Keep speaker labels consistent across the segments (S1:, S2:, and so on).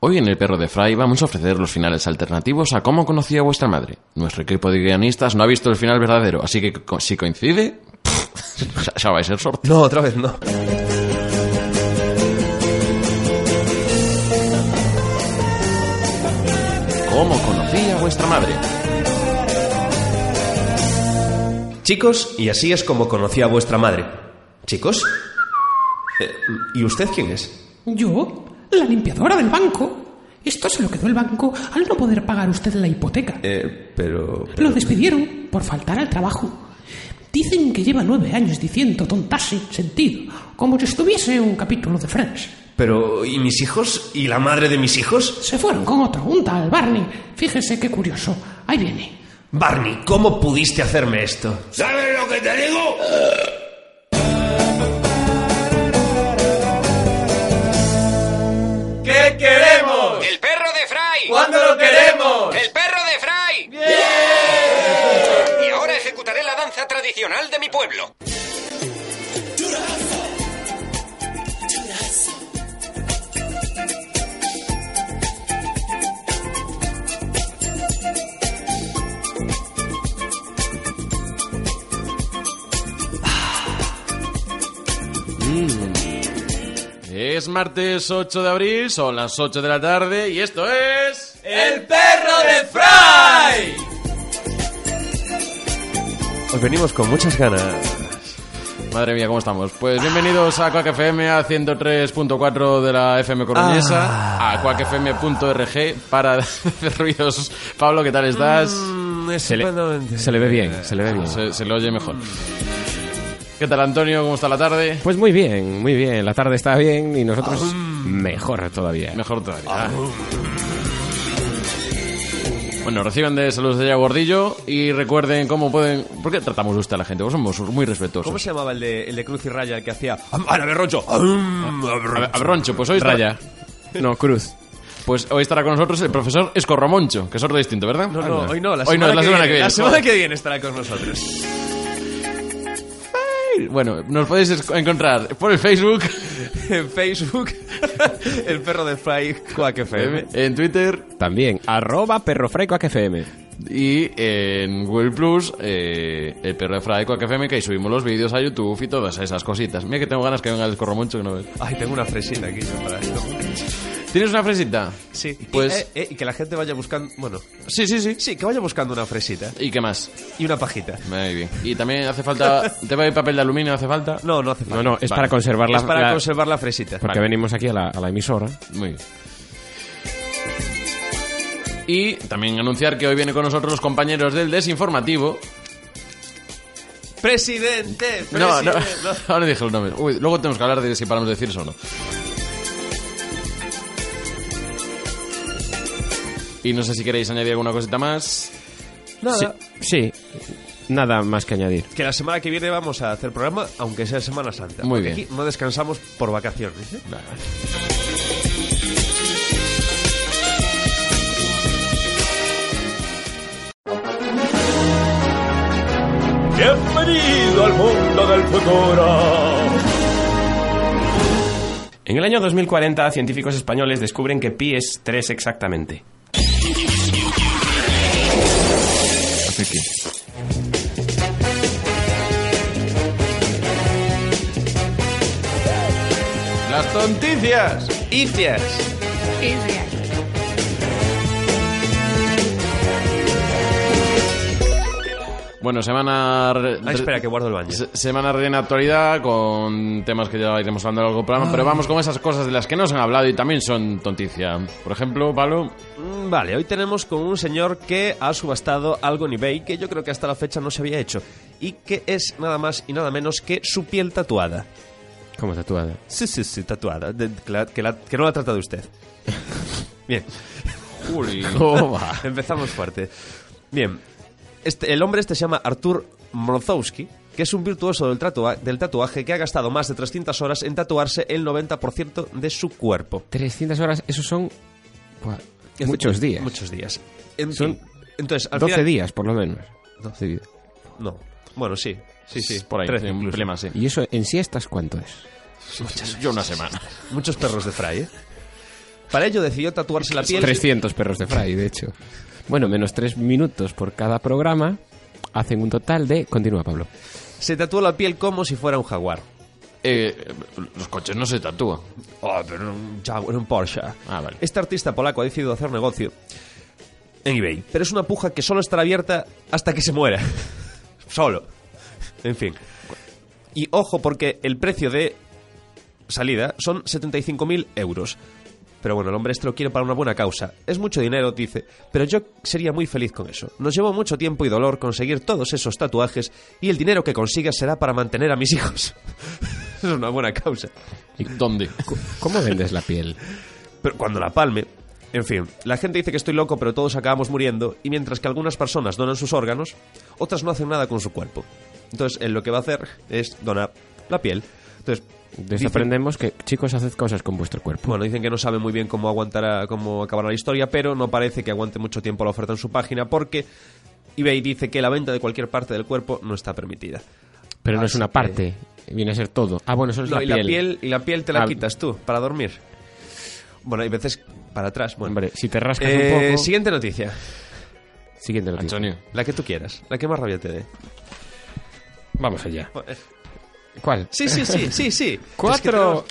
S1: Hoy en El Perro de Fry vamos a ofrecer los finales alternativos a cómo conocí a vuestra madre. Nuestro equipo de guionistas no ha visto el final verdadero, así que co- si coincide, ya- ya vais a ser sorteo.
S2: No, otra vez no.
S1: ¿Cómo conocí a vuestra madre?
S2: Chicos, y así es como conocí a vuestra madre. Chicos. Eh, ¿Y usted quién es?
S3: Yo, la limpiadora del banco. Esto se lo quedó el banco al no poder pagar usted la hipoteca.
S2: Eh, pero...
S3: Lo despidieron por faltar al trabajo. Dicen que lleva nueve años diciendo tontas sin sentido, como si estuviese un capítulo de Friends.
S2: Pero... ¿Y mis hijos? ¿Y la madre de mis hijos?
S3: Se fueron con otro, un tal Barney. Fíjese qué curioso. Ahí viene.
S2: Barney, ¿cómo pudiste hacerme esto?
S4: ¿Sabes lo que te digo?
S5: ¿Qué queremos?
S4: El perro de Fry.
S5: ¿Cuándo lo queremos?
S4: El perro de Fry. Y ahora ejecutaré la danza tradicional de mi pueblo.
S1: Mm. Es martes 8 de abril, son las 8 de la tarde y esto es...
S5: ¡El perro de Fry!
S2: Os venimos con muchas ganas.
S1: Madre mía, ¿cómo estamos? Pues bienvenidos a Quack FM, a 103.4 de la FM Coruñesa,
S2: Ah.
S1: a quackfm.org para hacer ruidos. Pablo, ¿qué tal estás?
S2: Mm,
S6: Se le, se le ve bien, se le ve bien.
S1: Se, se le oye mejor. ¿Qué tal, Antonio? ¿Cómo está la tarde?
S6: Pues muy bien, muy bien. La tarde está bien y nosotros mejor todavía. Ah.
S1: Mejor todavía. Bueno, reciban de saludos de ella Gordillo y recuerden cómo pueden... ¿Por qué tratamos de usted a la gente? Vos somos muy respetuosos.
S2: ¿Cómo se llamaba el de, el de Cruz y Raya, el que hacía... Ah,
S4: Ahora me rocho.
S1: A ver, Abroncho, pues hoy estará-
S6: Raya. No, Cruz.
S1: Pues hoy estará con nosotros el profesor Escorromoncho, que es otro distinto, ¿verdad?
S2: No, no, hoy no, la
S1: hoy no,
S2: semana,
S1: es la semana
S2: que, viene,
S1: que viene.
S2: La semana que viene estará con nosotros.
S1: Bueno, nos podéis esc- encontrar por el Facebook,
S2: En Facebook, el perro de Fry, Quack FM.
S1: en Twitter Ah,
S6: También, arroba perrofrecoac FM.
S1: y en Google Plus, eh, el perro de Fray, Quack FM, que ahí subimos los vídeos a YouTube y todas esas cositas. Mira que tengo ganas que venga el Escorromoncho que no ves.
S2: Ay, tengo una fresita aquí yo para esto.
S1: ¿Tienes una fresita?
S2: Sí,
S1: Pues-
S2: pues... y que la gente vaya buscando... Bueno,
S1: Sí, sí, sí.
S2: sí, que vaya buscando una fresita
S1: ¿Y qué más?
S2: y una pajita.
S1: Muy bien. Y también hace falta... ¿Te va a ir papel de aluminio? ¿Hace falta?
S2: No, no hace
S6: No,
S2: falta.
S6: no, es
S1: Vale.
S6: para conservar la...
S2: es para
S6: la-
S2: conservar la fresita.
S6: Porque venimos aquí a la, a la emisora.
S1: Muy bien. Y también anunciar que hoy viene con nosotros los compañeros del desinformativo.
S2: Presidente, presidente.
S1: No, no, ahora dije los nombres. Uy, luego tenemos que hablar de si paramos de decir eso o no. Y no sé si queréis añadir alguna cosita más.
S2: Nada.
S6: Sí, nada más que añadir.
S2: Que la semana que viene vamos a hacer programa, aunque sea Semana Santa.
S1: Muy
S2: Porque
S1: bien.
S2: Aquí no descansamos por vacaciones. ¿eh?
S5: Bienvenido al mundo del futuro.
S7: En el año 2040, científicos españoles descubren que pi es 3 exactamente.
S1: ¡Las tonticias!
S2: Icias.
S1: Bueno, semana. re-
S2: Ah, espera, que guardo el baño.
S1: se- Semana rellena de actualidad con temas que ya iremos hablando a lo largo del programa,
S2: Ah.
S1: pero vamos con esas cosas de las que no se han hablado y también son tonticia. Por ejemplo, Pablo,
S2: Mm, Vale, hoy tenemos con un señor que ha subastado algo en eBay que yo creo que hasta la fecha no se había hecho. Y que es nada más y nada menos que su piel tatuada.
S6: Como tatuada.
S2: Sí, sí, sí, tatuada. de- que, la- que la- que no la ha tratado usted. Bien. Empezamos fuerte. Bien. Este- el hombre este se llama Artur Mrozowski, que es un virtuoso del, tratua- del tatuaje que ha gastado más de 300 horas en tatuarse el 90% de su cuerpo.
S6: 300 horas, esos son... buah, muchos días.
S2: Muchos días. En
S6: Son
S2: fin, entonces, al
S6: 12
S2: final-
S6: días, por lo menos. 12 días.
S2: No. Bueno, sí. Sí, sí.
S1: por ahí,
S2: Trece
S1: sí, un
S2: incluso.
S1: problema, sí.
S6: ¿Y eso en siestas cuánto es?
S1: Yo una semana.
S2: Muchos perros de Fry, ¿eh? Para ello decidió tatuarse la piel.
S6: 300 perros de Fry, de hecho. Bueno, menos 3 minutos por cada programa, hacen un total de... Continúa, Pablo.
S2: Se tatuó la piel como si fuera un jaguar.
S1: Eh, los coches no se tatúan.
S2: Ah, pero era un Jaguar, era un Porsche.
S1: Ah, vale.
S2: Este artista polaco ha decidido hacer negocio en eBay, pero es una puja que solo estará abierta hasta que se muera. solo. En fin. Y ojo, porque el precio de salida son 75.000 euros. Pero bueno, el hombre este lo quiere para una buena causa. Es mucho dinero, dice, pero yo sería muy feliz con eso. Nos llevó mucho tiempo y dolor conseguir todos esos tatuajes y el dinero que consiga será para mantener a mis hijos. es una buena causa.
S1: ¿Dónde?
S6: ¿Cómo vendes la piel?
S2: pero cuando la palme. En fin, la gente dice que estoy loco, pero todos acabamos muriendo, y mientras que algunas personas donan sus órganos, otras no hacen nada con su cuerpo. Entonces, él lo que va a hacer es donar la piel. Entonces, dicen,
S6: Desaprendemos que, chicos, haced cosas con vuestro cuerpo.
S2: bueno, dicen que no sabe muy bien cómo aguantará, cómo acabará la historia, pero no parece que aguante mucho tiempo la oferta en su página porque eBay dice que la venta de cualquier parte del cuerpo no está permitida.
S6: Pero no es
S2: así
S6: una
S2: Ah, que-
S6: parte, viene a ser todo. Ah, bueno, eso es
S2: No,
S6: la,
S2: y
S6: piel.
S2: la piel y la piel te la
S6: Ah.
S2: quitas tú para dormir. Bueno, hay veces para atrás. Bueno,
S6: Hombre, si te rascas un
S2: Eh,
S6: poco...
S2: siguiente noticia.
S6: Siguiente noticia.
S1: Antonio.
S2: La que tú quieras, la que más rabia te dé.
S6: Vamos allá. ¿Cuál?
S2: Sí, sí, sí, sí, sí.
S6: Cuatro...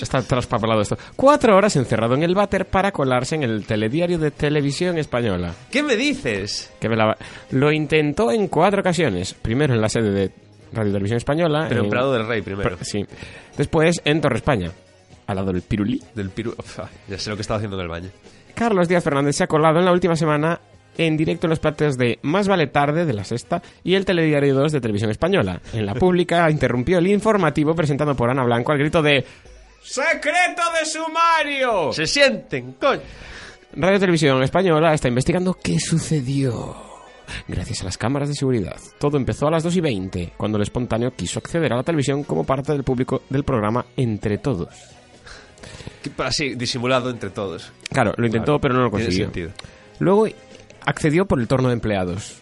S6: Está traspapelado esto. Cuatro horas encerrado en el váter para colarse en el telediario de televisión española.
S2: ¿Qué me dices?
S6: Que me la- Lo intentó en cuatro ocasiones. Primero en la sede de Radio Televisión Española.
S2: Pero en
S6: en-
S2: Prado del Rey primero.
S6: Pr- Sí. Después en Torre España. Al lado del Pirulí.
S2: Del piru... Uf, ay, ya sé lo que estaba haciendo en el baño.
S6: Carlos Díaz Fernández se ha colado en la última semana en directo en los platos de Más vale tarde de la sexta y el Telediario 2 de Televisión Española. En la pública interrumpió el informativo presentado por Ana Blanco al grito de ¡Secreto de sumario!
S2: Se sienten, coño.
S6: Radio Televisión Española está investigando qué sucedió. Gracias a las cámaras de seguridad. Todo empezó a las 2 y 20, cuando el espontáneo quiso acceder a la televisión como parte del público del programa Entre Todos.
S2: Que- Así, disimulado entre todos.
S6: Claro, lo intentó,
S2: Claro,
S6: pero no lo
S2: tiene
S6: consiguió.
S2: sentido.
S6: Luego accedió por el torno de empleados.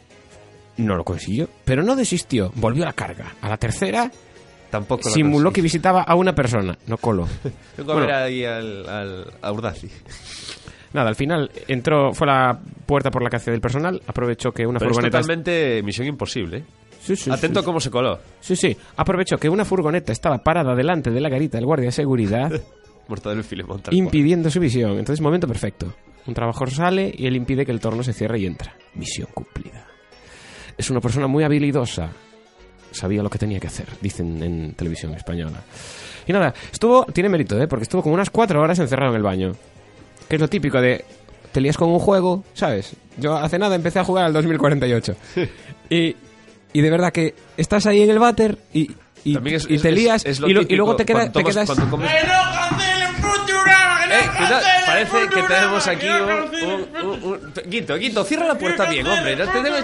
S6: No lo consiguió, pero no desistió. Volvió a la carga. A la tercera,
S2: Tampoco lo
S6: simuló que
S2: consiguió.
S6: visitaba a una persona. No coló.
S2: Tengo
S6: Bueno.
S2: a ver ahí al, al a Urdaci.
S6: Nada, al final entró, fue a la puerta por la que hacía del personal, aprovechó que una
S2: Pero es
S6: furgoneta...
S2: totalmente misión imposible. ¿eh?
S6: Sí, sí,
S2: Atento a
S6: sí,
S2: cómo se coló.
S6: sí, sí. aprovechó que una furgoneta estaba parada delante de la garita del guardia de seguridad,
S2: Muerto del Filemón. tal cual.
S6: impidiendo su visión. Entonces, momento perfecto. Un trabajador sale y él impide que el torno se cierre y entra. Misión cumplida. Es una persona muy habilidosa. Sabía lo que tenía que hacer, dicen en televisión española. Y nada, estuvo, tiene mérito, ¿eh? porque estuvo como unas cuatro horas encerrado en el baño. Que es lo típico de. Te lías con un juego, ¿sabes? Yo hace nada empecé a jugar al 2048. y, y de verdad que estás ahí en el váter y, y,
S2: También es-
S6: y te
S2: es-
S6: lías
S2: es lo
S6: y, lo- y
S2: típico
S6: luego te, queda-
S2: cuando
S6: te
S2: tomas-
S6: quedas.
S2: cuando comes- Eh, cuidado, parece que tenemos aquí un, un- un- un- Guito, Guito, cierra la puerta bien, hombre. ya te tengo-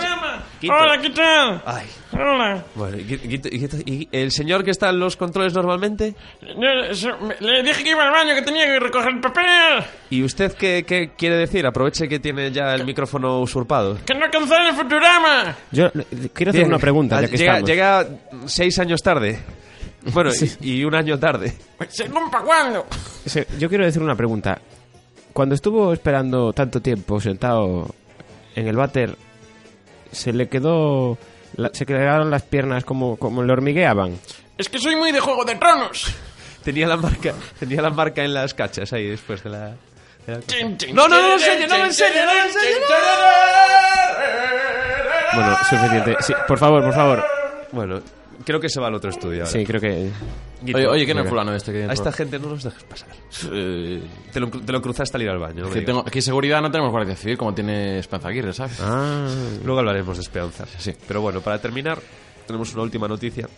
S2: Guito.
S8: Hola, ¿qué tal?
S2: Ay,
S8: Hola.
S2: bueno, y Guito- y Guito- ¿y el señor que está en los controles normalmente?
S8: Le, se- me- le dije que iba al baño, que tenía que recoger el papel.
S2: ¿Y usted qué, qué quiere decir? Aproveche que tiene ya el micrófono usurpado.
S8: Que no cancelen el Futurama.
S6: Yo eh, quiero hacer
S2: Bien.
S6: una pregunta,
S2: Ah,
S6: ya que
S2: llega,
S6: estamos.
S2: llega seis años tarde. Bueno, y-
S6: Sí.
S2: y, un año tarde.
S8: Según pa' cuándo.
S6: Se- Yo quiero decir una pregunta. Cuando estuvo esperando tanto tiempo sentado en el váter, ¿se le quedó... la- se quedaron las piernas como, como le hormigueaban? Eh,
S8: Es que soy muy de Juego de Tronos.
S2: Tenía la marca, tenía la marca en las cachas ahí después de la... de la-
S8: Chin, chin,
S2: No, no, no, no,
S8: chin,
S2: enseñe, no
S8: chin,
S2: lo enseñe, no lo
S8: chin,
S2: enseñe,
S8: chin,
S2: no.
S6: Bueno, suficiente. Sí, por favor, por favor.
S2: Bueno, creo que se va al otro estudio ahora.
S6: Sí, creo que...
S2: Guito,
S1: Oye, oye, ¿quién es
S6: Mira.
S1: fulano este? que
S2: A esta gente no los dejes pasar.
S1: Eh,
S2: Te lo, te lo cruzaste al ir al baño. no me
S1: que
S2: digas.
S1: tengo- aquí seguridad no tenemos guardia civil como tiene Espanza Aguirre, ¿sabes?
S6: Ah,
S2: Luego hablaremos de esperanzas.
S1: Sí.
S2: Pero bueno, para terminar, tenemos una última noticia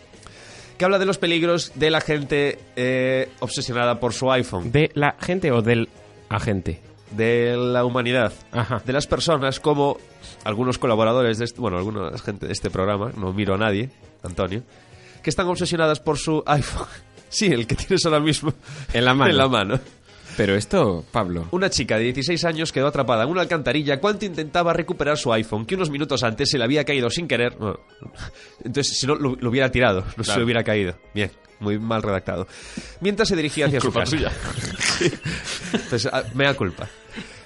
S2: que habla de los peligros de la gente eh, obsesionada por su iPhone,
S6: ¿De la gente o del agente?
S2: de la humanidad,
S6: Ajá.
S2: de las personas como algunos colaboradores de este, bueno, alguna gente de este programa, no miro a nadie, Antonio, que están obsesionadas por su iPhone. Sí, el que tienes ahora mismo
S6: En la mano.
S2: En la mano.
S6: Pero esto, Pablo...
S2: Una chica de 16 años quedó atrapada en una alcantarilla cuando intentaba recuperar su iPhone, que unos minutos antes se le había caído sin querer. Bueno, Entonces, si no, lo, lo hubiera tirado, no se le hubiera caído. Bien, muy mal redactado. Mientras se dirigía hacia su
S1: Culpa
S2: casa.
S1: tuya.
S2: Pues ah, mea culpa.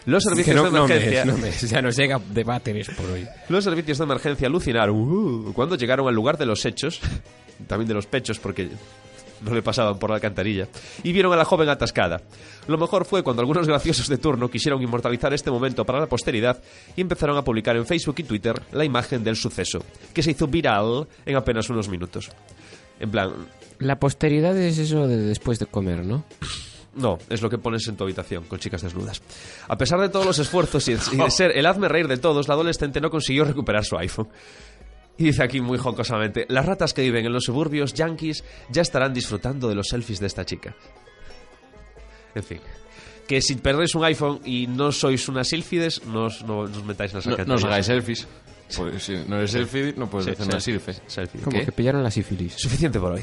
S2: Los
S9: Que
S2: servicios
S9: no,
S2: de
S9: no
S2: emergencia.
S9: mes, no mes. Ya nos llega debates por hoy.
S2: Los servicios de emergencia alucinaron uh, cuando llegaron al lugar de los hechos, también de los pechos porque no le pasaban por la alcantarilla, y vieron a la joven atascada. Lo mejor fue cuando algunos graciosos de turno quisieron inmortalizar este momento para la posteridad y empezaron a publicar en Facebook y Twitter la imagen del suceso, que se hizo viral en apenas unos minutos. En plan,
S6: La posteridad es eso de después de comer, ¿no?
S2: No, es lo que pones en tu habitación con chicas desnudas. A pesar de todos los esfuerzos y y de ser el hazme reír de todos, la adolescente no consiguió recuperar su iPhone. Y dice aquí muy jocosamente, las ratas que viven en los suburbios yankees ya estarán disfrutando de los selfies de esta chica. En fin, que si perdéis un iPhone y no sois unas sílfides, no os, no, no os metáis en las
S1: No, no
S2: alcantarillas.
S1: os hagáis selfies. Pues si no eres selfie, no puedes
S2: Sí,
S1: hacer una
S2: sí.
S1: selfie.
S2: Selfie.
S6: Como
S2: ¿Qué?
S6: que pillaron la sífilis.
S2: Suficiente por hoy.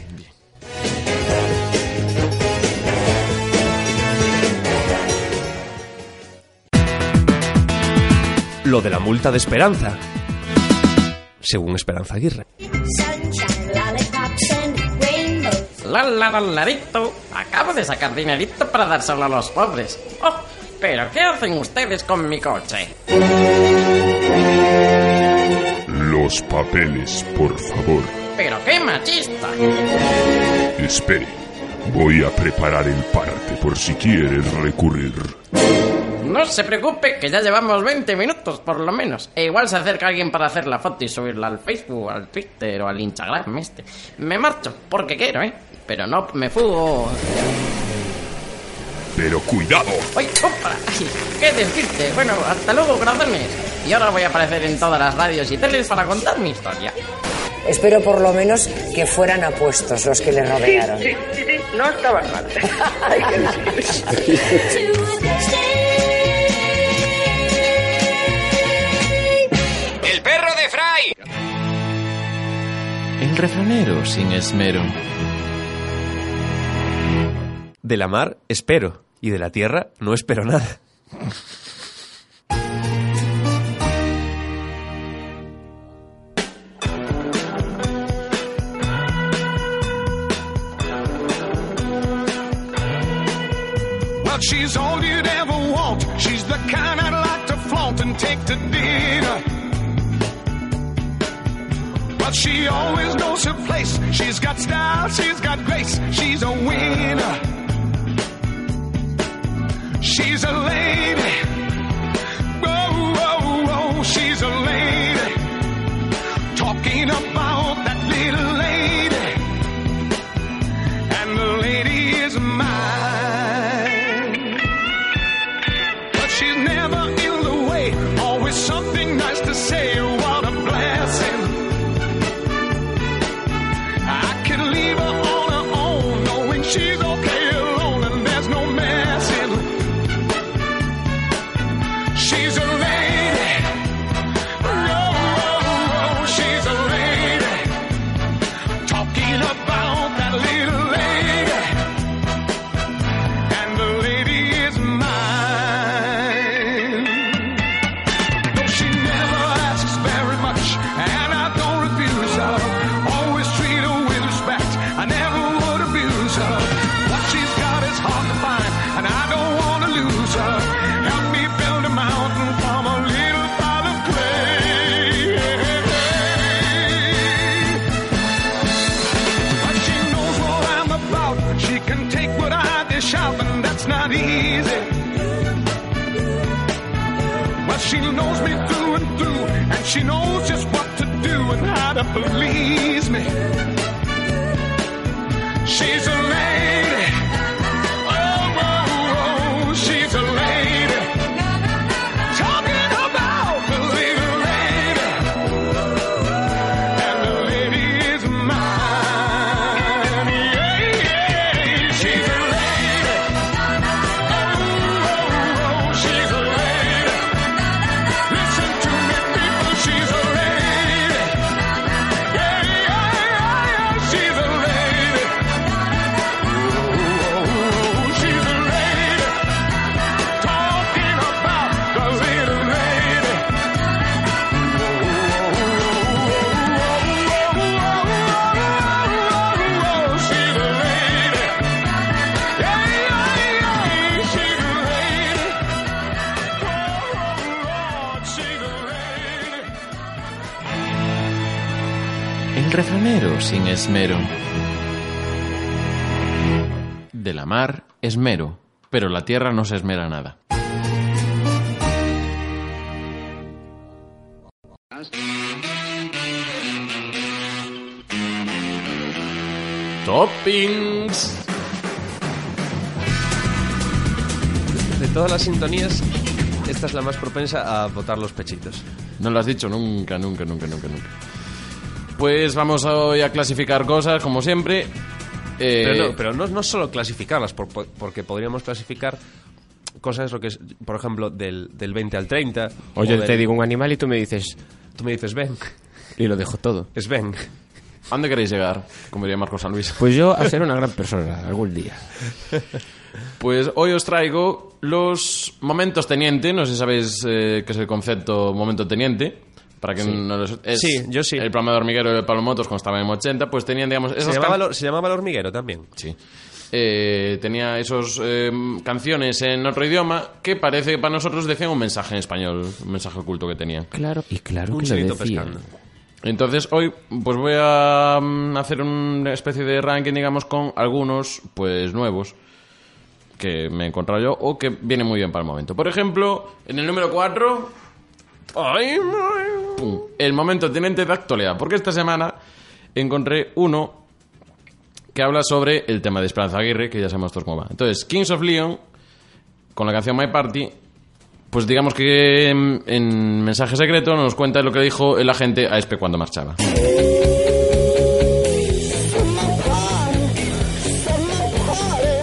S2: Lo de la multa de Esperanza. Según Esperanza Aguirre.
S10: Sunshine, lollipops and rainbows.
S8: La la dolarito. Acabo de sacar dinerito para dárselo a los pobres. Oh, pero ¿qué hacen ustedes con mi coche?
S11: Los papeles, por favor.
S8: Pero qué machista.
S11: Espere. Voy a preparar el parte por si quieres recurrir.
S8: No se preocupe, que ya llevamos 20 minutos por lo menos. E igual se acerca alguien para hacer la foto y subirla al Facebook, al Twitter o al Instagram este. Me marcho, porque quiero, ¿eh? Pero no me fugo.
S11: Pero cuidado.
S8: ¡Ay, opa! oh, Ay, ¿Qué decirte? Bueno, hasta luego, corazones. Y ahora voy a aparecer en todas las radios y teles para contar mi historia.
S12: Espero por lo menos que fueran apuestos los que le rodearon.
S8: No estaban mal.
S4: ¡El perro de Fry!
S13: El refranero sin esmero.
S2: De la mar espero y de la tierra no espero nada.
S5: Well, she's all you'd ever want. She's the kind I'd like to flaunt and take to dinner. But she always knows her place. She's got style, she's got grace, she's a winner. She's a lady. Whoa, whoa, whoa, she's a lady. Talking about that little lady. And the lady is mine. But she's never in the way, always something nice to say. What a blessing! I can leave her on her own, knowing she's okay alone, and there's no messing. She's a lady. Oh, oh, oh, she's a lady talking about that little lady, and the lady is mine. No, she never asks very much, and I don't refuse her. Always treat her with respect. I never would abuse her. What she's got is hard to find, and I don't want to lose her. Help me build a mountain from a little pile of clay. But she knows what I'm about. She can take what I dish out, and that's not easy. Well, she knows me through and through, and she knows just what to do and how to please me. She's a lady. Oh, oh, oh, she's a lady. Talking about the little lady. And the lady is mine. Yeah, yeah, she's a lady. Oh, oh, oh, she's a lady. Listen to me, people, she's a lady. Yeah, yeah, yeah, she's a lady. Ooh,
S13: El refranero sin esmero.
S1: De la mar, esmero, pero la tierra no se esmera nada. Toppings.
S2: De todas las sintonías, esta es la más propensa a botar los pechitos.
S1: No lo has dicho nunca, nunca, nunca, nunca, nunca. Pues vamos hoy a clasificar cosas, como siempre. Eh,
S2: Pero, no, pero no, no solo clasificarlas, por- por- porque podríamos clasificar cosas, lo que es, por ejemplo, del, del 20 al 30.
S6: O
S2: o
S6: yo
S2: del-
S6: te digo un animal y tú me dices...
S2: Tú me dices, ven.
S6: Y lo dejo todo.
S2: Es ven.
S1: ¿A dónde queréis llegar? Como diría Marco San Luis.
S6: Pues yo a ser una gran persona algún día.
S1: Pues hoy os traigo los momentos teniente. No sé si sabéis eh, qué es el concepto momento teniente. Para que
S2: Sí.
S1: no los- es
S2: Sí, yo sí.
S1: El programa de hormiguero de Pablo Motos, cuando estaba en 80, pues tenían, digamos,
S2: Se
S1: esas
S2: llamaba,
S1: can-
S2: lo- se llamaba el hormiguero también.
S1: Sí. Eh, tenía esas canciones en otro idioma que parece que para nosotros decían un mensaje en español, un mensaje oculto que tenía.
S6: Claro, y claro
S2: Un
S6: que lo
S2: chivito
S6: decía.
S2: pescando.
S1: Entonces hoy pues voy a mm, hacer una especie de ranking, digamos, con algunos pues nuevos que me he encontrado yo o que vienen muy bien para el momento. Por ejemplo, en el número 4, el momento teniente de actualidad, porque esta semana encontré uno que habla sobre el tema de Esperanza Aguirre, que ya sabemos todos cómo va. Entonces, Kings of Leon, con la canción My Party, pues digamos que en, en mensaje secreto nos cuenta lo que le dijo el agente a Espe cuando marchaba.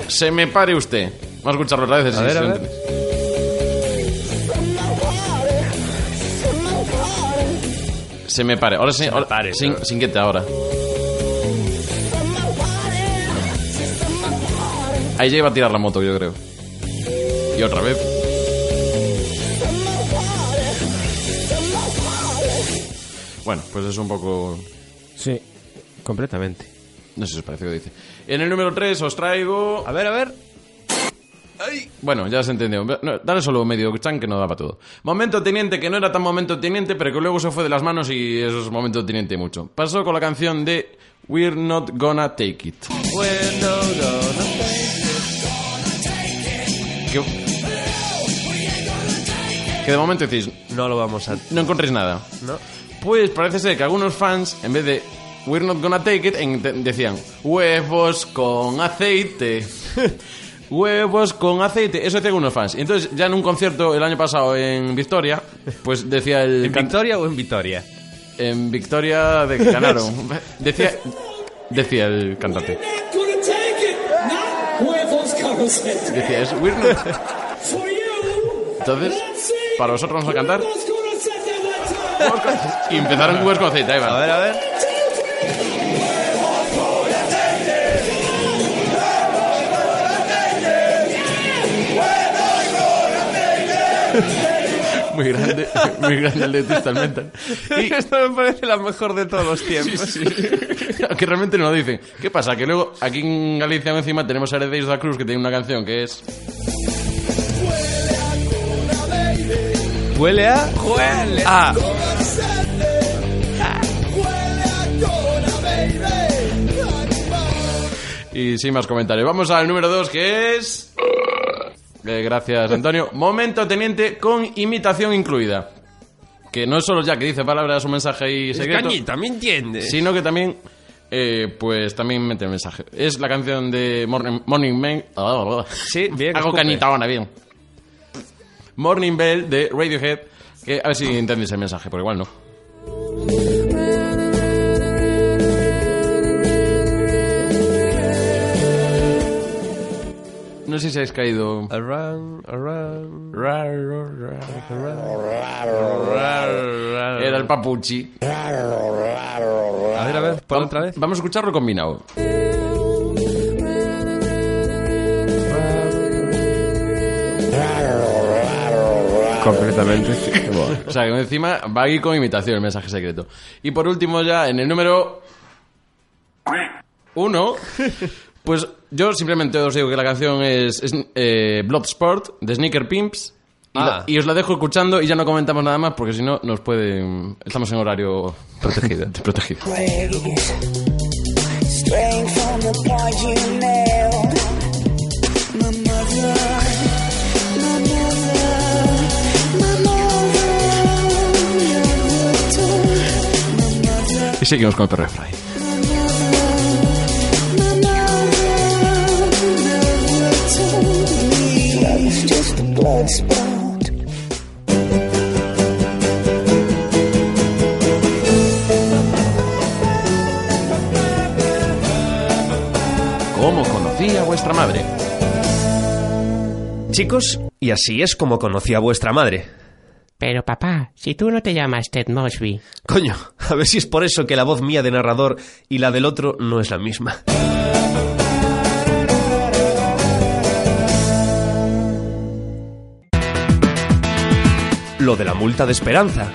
S1: Se me pare usted. Vamos a escucharlo otra vez.
S2: A ver, a ver.
S1: Se me pare. Ahora sí, ahora- sin, sin que te ahora. Ahí ya iba a tirar la moto, yo creo. Y otra vez. Bueno, pues es un poco...
S6: Sí, completamente.
S1: No sé si os parece que dice. En el número 3 os traigo...
S2: A ver, a ver.
S1: Bueno, ya se entendió. No, dale solo medio chan que no daba todo. Momento teniente que no era tan momento teniente, pero que luego se fue de las manos y eso es momento teniente mucho. Pasó con la canción de We're Not Gonna Take It. Que, que de momento decís,
S2: No lo vamos a...
S1: no encontréis nada.
S2: No.
S1: Pues parece ser que algunos fans, en vez de We're not gonna take it, en- te- decían huevos con aceite. huevos con aceite. Eso decían algunos fans. Y entonces, ya en un concierto el año pasado en Victoria, pues decía el.
S2: ¿En
S1: can-
S2: Victoria o en Vitoria?
S1: en Victoria de que ganaron. decía, decía el cantante. Decía, es We're not. Entonces, para vosotros vamos a cantar. Y empezaron huevos con aceite. Ahí va.
S2: A ver, a ver.
S1: Muy grande, muy grande el de Twisted Metal. Y
S2: Esto me parece la mejor de todos los
S1: sí,
S2: tiempos.
S1: sí. que realmente no lo dicen. ¿Qué pasa? Que luego aquí en Galicia encima tenemos a Heredeiros da Cruz que tiene una canción que es...
S2: Huele a...
S5: Huele
S2: Ah.
S1: Y sin más comentarios. Vamos al número 2 que es... Eh, gracias, Antonio. Momento Teniente con imitación incluida. Que no es solo ya que dice palabras, un mensaje y
S2: Es
S1: secreto.
S2: cañita, ¿me entiendes?
S1: sino que también eh, pues también mete mensaje es la canción de Morning, Morning Man
S2: Sí, bien,
S1: hago
S2: escupe.
S1: cañita ahora bien Morning Bell de Radiohead que a ver si entendéis el mensaje pero igual no no sé si habéis caído
S2: Around, around,
S1: era el papuchi
S2: A ver, a ver, pon otra vez.
S1: vamos a escucharlo combinado
S6: Completamente.
S1: O sea, que encima va aquí con imitación el mensaje secreto. Y por último, ya en el número. Uno. Pues yo simplemente os digo que la canción es, es, eh, Bloodsport de Sneaker Pimps. Y,
S2: Ah.
S1: la- y os la dejo escuchando y ya no comentamos nada más porque si no nos pueden... Estamos en horario protegido. protegido.
S14: Waves, Straying from the point you nailed. My mother, my mother, my mother, your return. My mother,
S1: Y seguimos con el perro de Fry.
S14: my mother, never told me. Love's just a blood spot.
S1: ¿Cómo conocí a vuestra madre?
S2: Chicos, y así es como conocí a vuestra madre.
S15: Pero papá, si tú no te llamas Ted Mosby.
S2: Coño, a ver si es por eso que la voz mía de narrador y la del otro no es la misma. Lo de la multa de esperanza.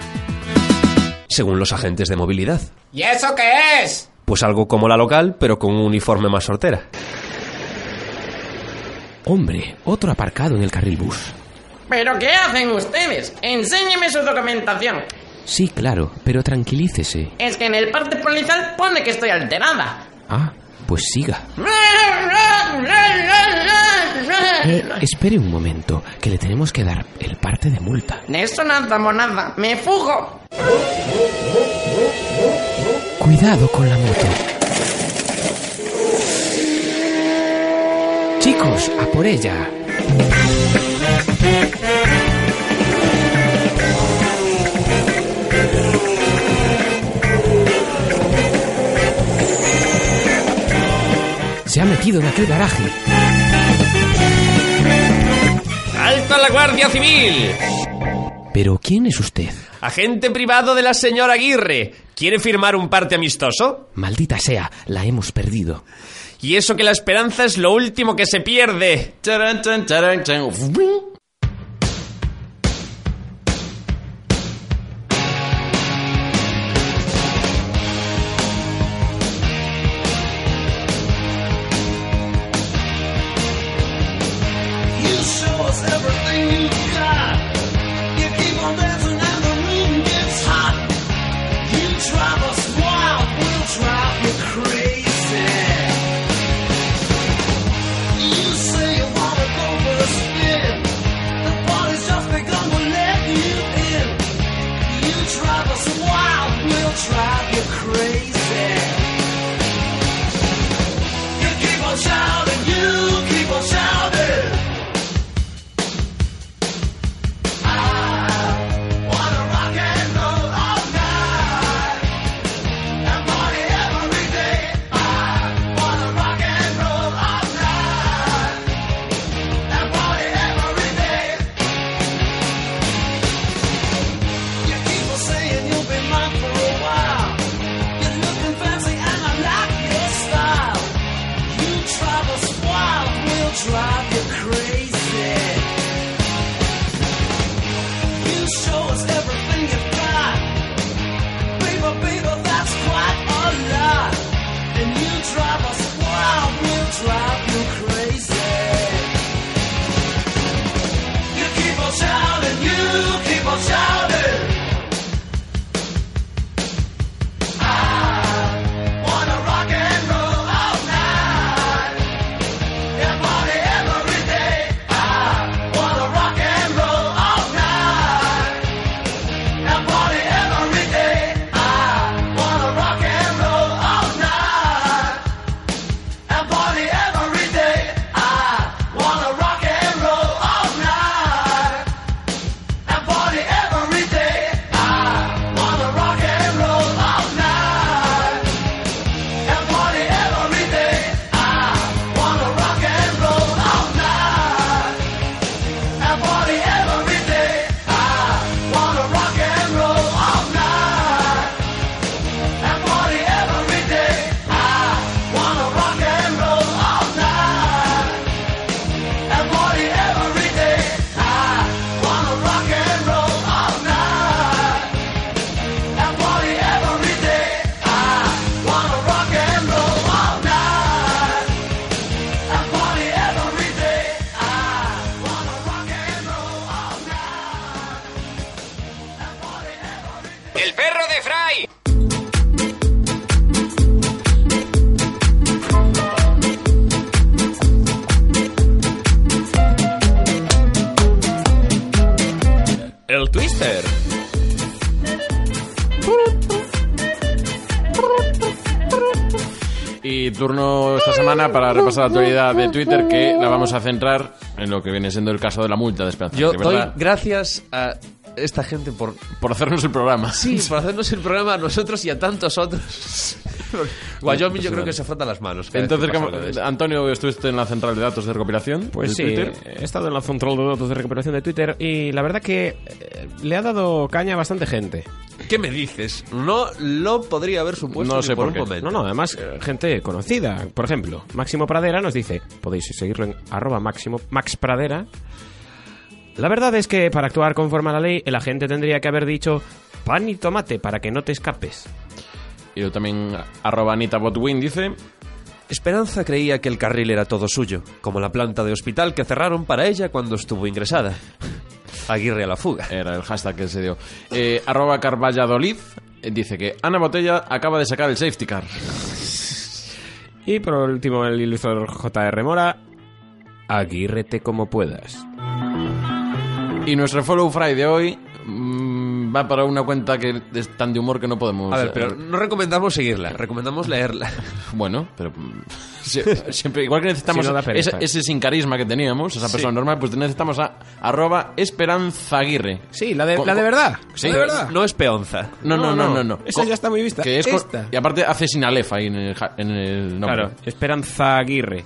S2: Según los agentes de movilidad.
S3: ¿Y eso qué es?
S2: Pues algo como la local, pero con un uniforme más sortera.
S6: Hombre, otro aparcado en el carril bus.
S8: ¿Pero qué hacen ustedes? Enséñeme su documentación.
S6: Sí, claro, pero tranquilícese.
S8: Es que en el parte policial pone que estoy alterada.
S6: Ah, pues siga. Eh, espere un momento, que le tenemos que dar el parte de multa.
S8: De eso nada, monada. Me fugo.
S6: Cuidado con la moto. Chicos, a por ella. Se ha metido en aquel garaje.
S2: ¡Alto la Guardia Civil!
S6: Pero ¿quién es usted?
S2: Agente privado de la señora Aguirre. ¿Quiere firmar un parte amistoso?
S6: Maldita sea, la hemos perdido.
S2: Y eso que la esperanza es lo último que se pierde.
S1: Charan, chan, charan, chan. Uf, bing.
S16: You show us everything you got. You keep on dancing and the room gets hot. You drive us wild, we'll drive you crazy. You say you wanna go for a spin. The party's just begun, we'll let you in. You drive us wild, we'll drive you crazy. You keep on shouting, you keep on shouting. You keep on saying you'll be mine for a while.
S7: el twister.
S1: Y turno esta semana para repasar la actualidad de Twitter que la vamos a centrar en lo que viene siendo el caso de la multa de Esperanza.
S2: Yo
S1: Aguirre,
S2: doy
S1: ¿verdad?
S2: gracias a esta gente por...
S1: Por hacernos el programa.
S2: Sí, por hacernos el programa a nosotros y a tantos otros. Wyoming yo creo que se frota las manos. cada vez
S1: Entonces,
S2: que pasa
S1: ¿cómo-
S2: algo de esto.
S1: Antonio, ¿estuviste en la central de datos de recopilación?
S6: Pues
S1: de
S6: sí,
S1: Twitter?
S6: he estado en la central de datos de recuperación de Twitter y la verdad que eh, le ha dado caña a bastante gente.
S2: ¿Qué me dices? No lo podría haber supuesto
S6: no
S2: ni
S6: sé
S2: por,
S6: por, qué.
S2: un momento.
S6: No, no, además, eh, gente conocida. Por ejemplo, Máximo Pradera nos dice, podéis seguirlo en arroba máximo, Max Pradera. La verdad es que para actuar conforme a la ley, el agente tendría que haber dicho pan y tomate para que no te escapes.
S1: Y yo también, arroba Anita Botwin dice...
S2: Esperanza creía que el carril era todo suyo, como la planta de hospital que cerraron para ella cuando estuvo ingresada. Aguirre a la fuga.
S1: Era el hashtag que se dio. Eh, arroba Carvalladolid eh, dice que Ana Botella acaba de sacar el safety car.
S6: Y por último, el ilustrador JR Mora, aguirrete como puedas.
S1: Y nuestro Follow Friday de hoy mm, va para una cuenta que es tan de humor que no podemos...
S2: A ver,
S1: eh,
S2: pero no recomendamos seguirla, recomendamos leerla.
S1: Bueno, pero mm, sie- siempre, igual que necesitamos
S6: Si no da pereza.
S1: esa- ese sin carisma que teníamos, esa
S6: Sí.
S1: persona normal, pues necesitamos a arroba Esperanza Aguirre.
S6: Sí, la de,
S1: Co-
S6: la de
S1: co-
S6: verdad.
S1: Sí.
S6: La de verdad.
S2: No es peonza.
S1: No, no, no, no. no.
S6: Esa
S1: Co-
S6: ya está muy vista.
S1: que es co-
S6: Esta.
S1: Y aparte hace sin Aleph ahí en el, ja- en el nombre.
S6: Claro, Esperanza Aguirre.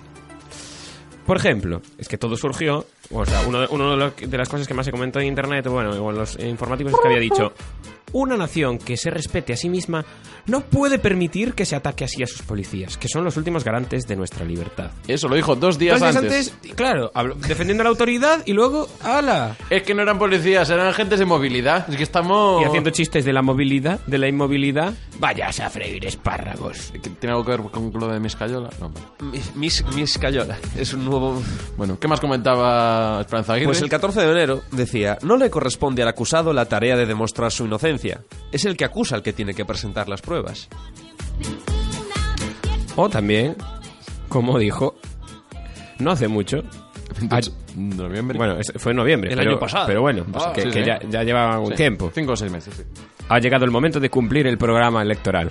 S6: Por ejemplo, es que todo surgió, o sea, una de, lo- de las cosas que más se comentó en internet, bueno, o en los informáticos es que había dicho, una nación que se respete a sí misma no puede permitir que se ataque así a sus policías, que son los últimos garantes de nuestra libertad.
S1: Eso lo dijo dos días
S6: Entonces,
S1: antes.
S6: antes, claro, hablo- defendiendo a la autoridad y luego, ¡ala!
S1: Es que no eran policías, eran agentes de movilidad. Es que estamos...
S6: Y haciendo chistes de la movilidad, de la inmovilidad, vayas a freír espárragos.
S1: ¿Que ¿Tiene algo que ver con lo de Miscayola? No.
S2: Mis, mis Cayola. Es un nuevo...
S1: Bueno, ¿qué más comentaba Esperanza Aguirre?
S2: Pues el 14 de enero decía, no le corresponde al acusado la tarea de demostrar su inocencia. Es el que acusa el que tiene que presentar las pruebas.
S6: O también, como dijo, no hace mucho. a- Bueno, es- fue en noviembre.
S2: El
S6: pero,
S2: año pasado.
S6: Pero bueno,
S2: Ah,
S6: que,
S2: sí,
S6: que
S2: sí.
S6: ya, ya llevaba un
S1: Sí,
S6: tiempo.
S1: Cinco o seis meses, sí.
S6: Ha llegado el momento de cumplir el programa electoral.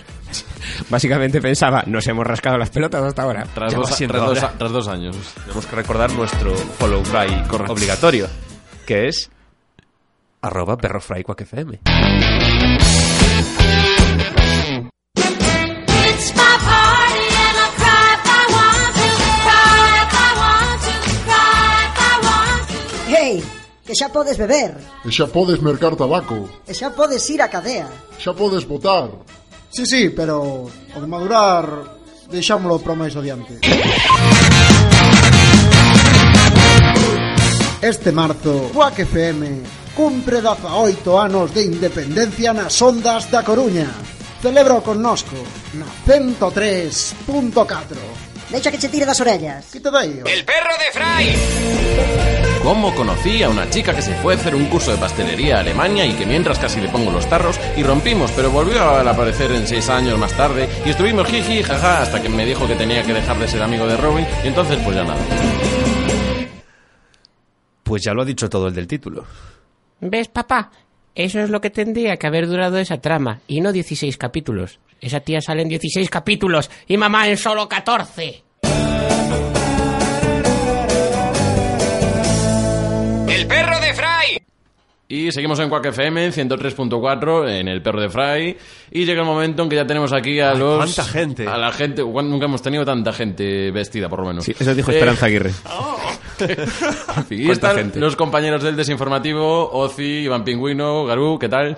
S6: Básicamente pensaba, nos hemos rascado las pelotas hasta ahora.
S1: Tras,
S6: Ya va
S1: dos,
S6: siendo
S1: tras dos-
S6: hora.
S1: tras dos años.
S2: Pues Tenemos que recordar nuestro follow fry obligatorio, que es arroba perrofryquackfm.
S16: It's my party and I cry if I want to, cry if I want to, cry if I want to.
S17: Hey, que xa podes beber,
S18: E xa podes mercar tabaco,
S17: e xa podes ir á cadea.
S18: xa podes votar.
S19: Sí, sí, pero o de madurar deixámolo para o máis adiante. Este marzo, Quack FM cumpre 18 anos de independencia nas ondas da Coruña. Celebra con nosco na 103.4.
S17: Deixa que che tire das orellas.
S19: Que te dai?
S17: El perro de Fry.
S1: ¿Cómo conocí a una chica que se fue a hacer un curso de pastelería a Alemania y que mientras casi le pongo los tarros y rompimos, pero volvió a aparecer en seis años más tarde y estuvimos jiji, jaja, hasta que me dijo que tenía que dejar de ser amigo de Robin y entonces pues ya nada.
S2: Pues ya lo ha dicho todo el del título.
S20: ¿Ves, papá? Eso es lo que tendría que haber durado esa trama, y no 16 capítulos. Esa tía sale en 16 capítulos, y mamá en solo 14.
S1: ¡El perro de Fry! Y seguimos en Quack FM 103.4 en el perro de Fry y llega el momento en que ya tenemos aquí a los...
S2: cuánta gente!
S1: A la gente, Bueno, nunca hemos tenido tanta gente vestida por lo menos.
S6: Sí, eso dijo
S1: Eh,
S6: Esperanza Aguirre.
S1: Y
S6: ¿Cuánta
S1: están
S6: gente?
S1: los compañeros del desinformativo, Ozi, Iván Pingüino, Garú, ¿qué tal?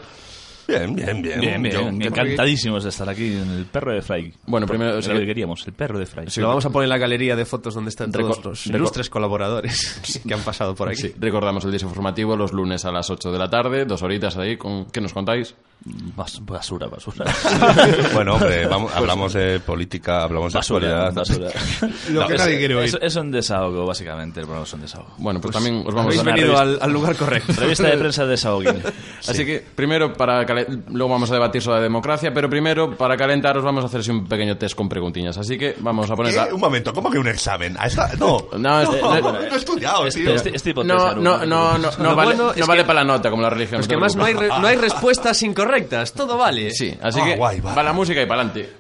S21: Bien, bien, bien.
S1: Bien, bien.
S21: Yo Encantadísimos de estar aquí en el perro de Fry.
S1: Bueno,
S21: Por-
S1: primero,
S21: era
S1: sí
S21: lo
S1: que-
S21: que queríamos, el perro de Fry.
S2: Lo vamos a poner en la galería de fotos donde están
S1: Reco-
S2: todos los
S1: reco-
S2: ilustres colaboradores que han pasado por aquí.
S1: Sí, recordamos el desinformativo los lunes a las 8 de la tarde, dos horitas ahí, con, ¿qué nos contáis?
S21: basura, basura.
S22: Bueno, hombre, vamos-
S21: Pues-
S22: hablamos de política, hablamos de
S21: Basura,
S22: actualidad.
S21: basura.
S22: Lo que
S21: es,
S22: nadie quiere oír.
S21: Es, es un desahogo, básicamente. El programa es un desahogo.
S1: Bueno, pues, también os vamos a
S21: Una revista- Revista de prensa de
S1: desahogue.
S21: desahogue.
S1: Así que, primero, para cale- luego vamos a debatir sobre la democracia, pero primero, para calentaros, vamos a hacerse un pequeño test con preguntiñas. Así que vamos a poner la-
S23: ¿Qué? Un momento, ¿cómo que un examen? ¿A esa? No,
S1: No, es-
S23: no,
S1: eh,
S23: no he estudiado,
S1: Este-
S23: tío.
S1: este- este hipótesis No, era no, una- no, no, no
S2: Lo
S1: vale-
S2: bueno
S1: no
S2: es
S1: vale
S2: que-
S1: para la nota, como la religión.
S2: Pues
S1: no
S2: que
S1: te
S2: más no hay,
S1: preocupes.
S2: re- no hay respuestas incorrectas, todo vale.
S1: Sí, así que va la música y para adelante.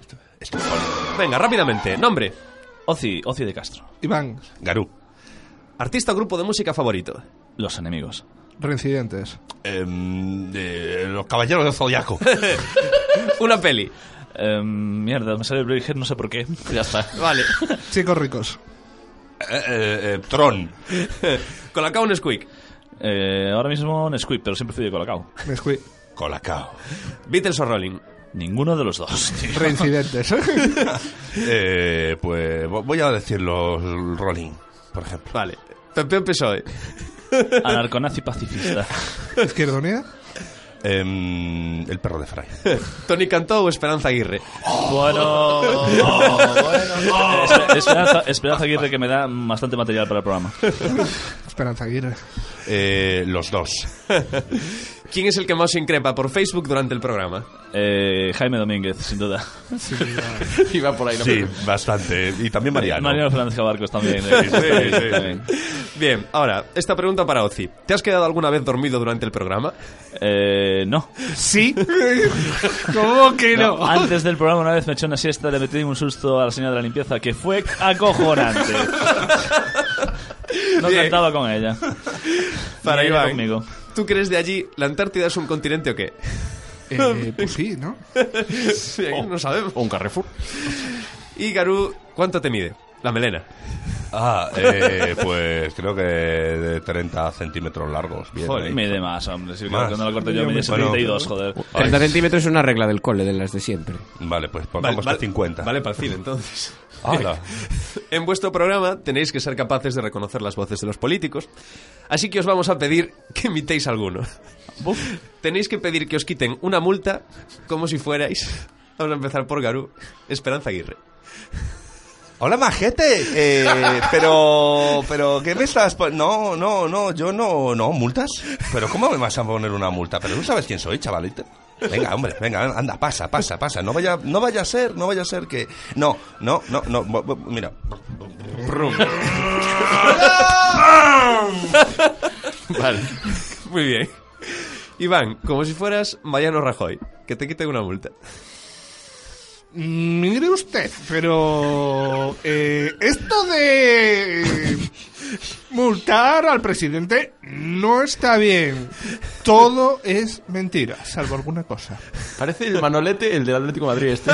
S2: Venga, rápidamente. Nombre.
S21: Oci, Oci de Castro.
S24: Iván,
S23: Garú.
S2: Artista o grupo de música favorito.
S21: Los enemigos.
S24: reincidentes.
S23: los caballeros del Zodiaco.
S2: Una peli.
S21: Em, mierda, me sale Braveheart, no sé por qué. Ya está.
S2: Vale.
S24: Chicos ricos.
S23: Eh, Tron.
S2: Colacao o Nesquik.
S21: Eh, ahora mismo Nesquik, pero siempre fui de Colacao.
S24: Nesquik.
S23: Colacao.
S2: Beatles o Rolling.
S21: Ninguno de los dos. tío.
S24: Reincidentes.
S23: Eh, pues vo- voy a decir los Rolling, por ejemplo.
S2: Vale. Campeón PSOE.
S21: Anarconazi pacifista.
S24: Izquierda Unida.
S23: Em, el perro de Fray.
S2: Tony Cantó o Esperanza Aguirre.
S21: Bueno.
S23: bueno.
S21: Espe- oh, Esperanza, Esperanza Aguirre que me da bastante material para el programa.
S24: Esperanza Aguirre.
S23: Eh, los dos.
S2: ¿Quién es el que más se increpa por Facebook durante el programa?
S21: Eh, Jaime Domínguez, sin duda.
S1: Iba por ahí. ¿no?
S23: Sí, bastante. Y también Mariano.
S21: Mariano Fernández Cabarcos también. eh.
S23: Sí, sí, sí.
S21: También.
S2: Bien, ahora, esta pregunta para Ozi. ¿Te has quedado alguna vez dormido durante el programa?
S21: Eh, no.
S2: Sí. ¿Cómo que
S21: No, Antes del programa una vez me eché una siesta, le metí un susto a la señora de la limpieza que fue acojonante. No
S2: Bien.
S21: cantaba con ella.
S2: Para
S21: Ni ella
S2: Iván.
S21: conmigo.
S2: ¿Tú crees de allí la Antártida es un continente o qué?
S24: Eh, pues sí, ¿no?
S2: Bien, no sabemos.
S1: un Carrefour.
S2: Y Garú, ¿cuánto te mide? La melena.
S23: Ah, eh, pues creo que de 30 centímetros largos. Bien,
S21: Joder,
S23: ahí.
S21: mide más, hombre. Si
S23: Más.
S21: cuando lo corto yo, mide
S23: Bueno,
S21: 72, joder.
S6: 30 centímetros es una regla del cole, de las de siempre.
S23: Vale, pues
S2: Vale,
S23: pongamos
S2: vale.
S23: que 50.
S2: Vale, para el cine, entonces.
S23: Hala.
S2: en vuestro programa tenéis que ser capaces de reconocer las voces de los políticos, así que os vamos a pedir que imitéis alguno. Tenéis que pedir que os quiten una multa como si fuerais. Vamos a empezar por Garú. Esperanza Aguirre.
S23: Hola, majete. Eh, pero, pero, ¿qué me estás pon- No, no, no, yo no, no, multas. Pero, ¿cómo me vas a poner una multa? Pero tú sabes quién soy, chavalito. Venga, hombre, venga, anda, pasa, pasa, pasa. No vaya, no vaya a ser, no vaya a ser que. No, no, no, no, bo- bo- mira.
S1: Vale.
S2: Muy bien. Iván, como si fueras Mariano Rajoy, que te quite una multa.
S24: Mm, Mire usted, pero eh, esto de multar al presidente no está bien. Todo es mentira, salvo alguna cosa.
S1: Parece el Manolete, el del Atlético de Madrid este.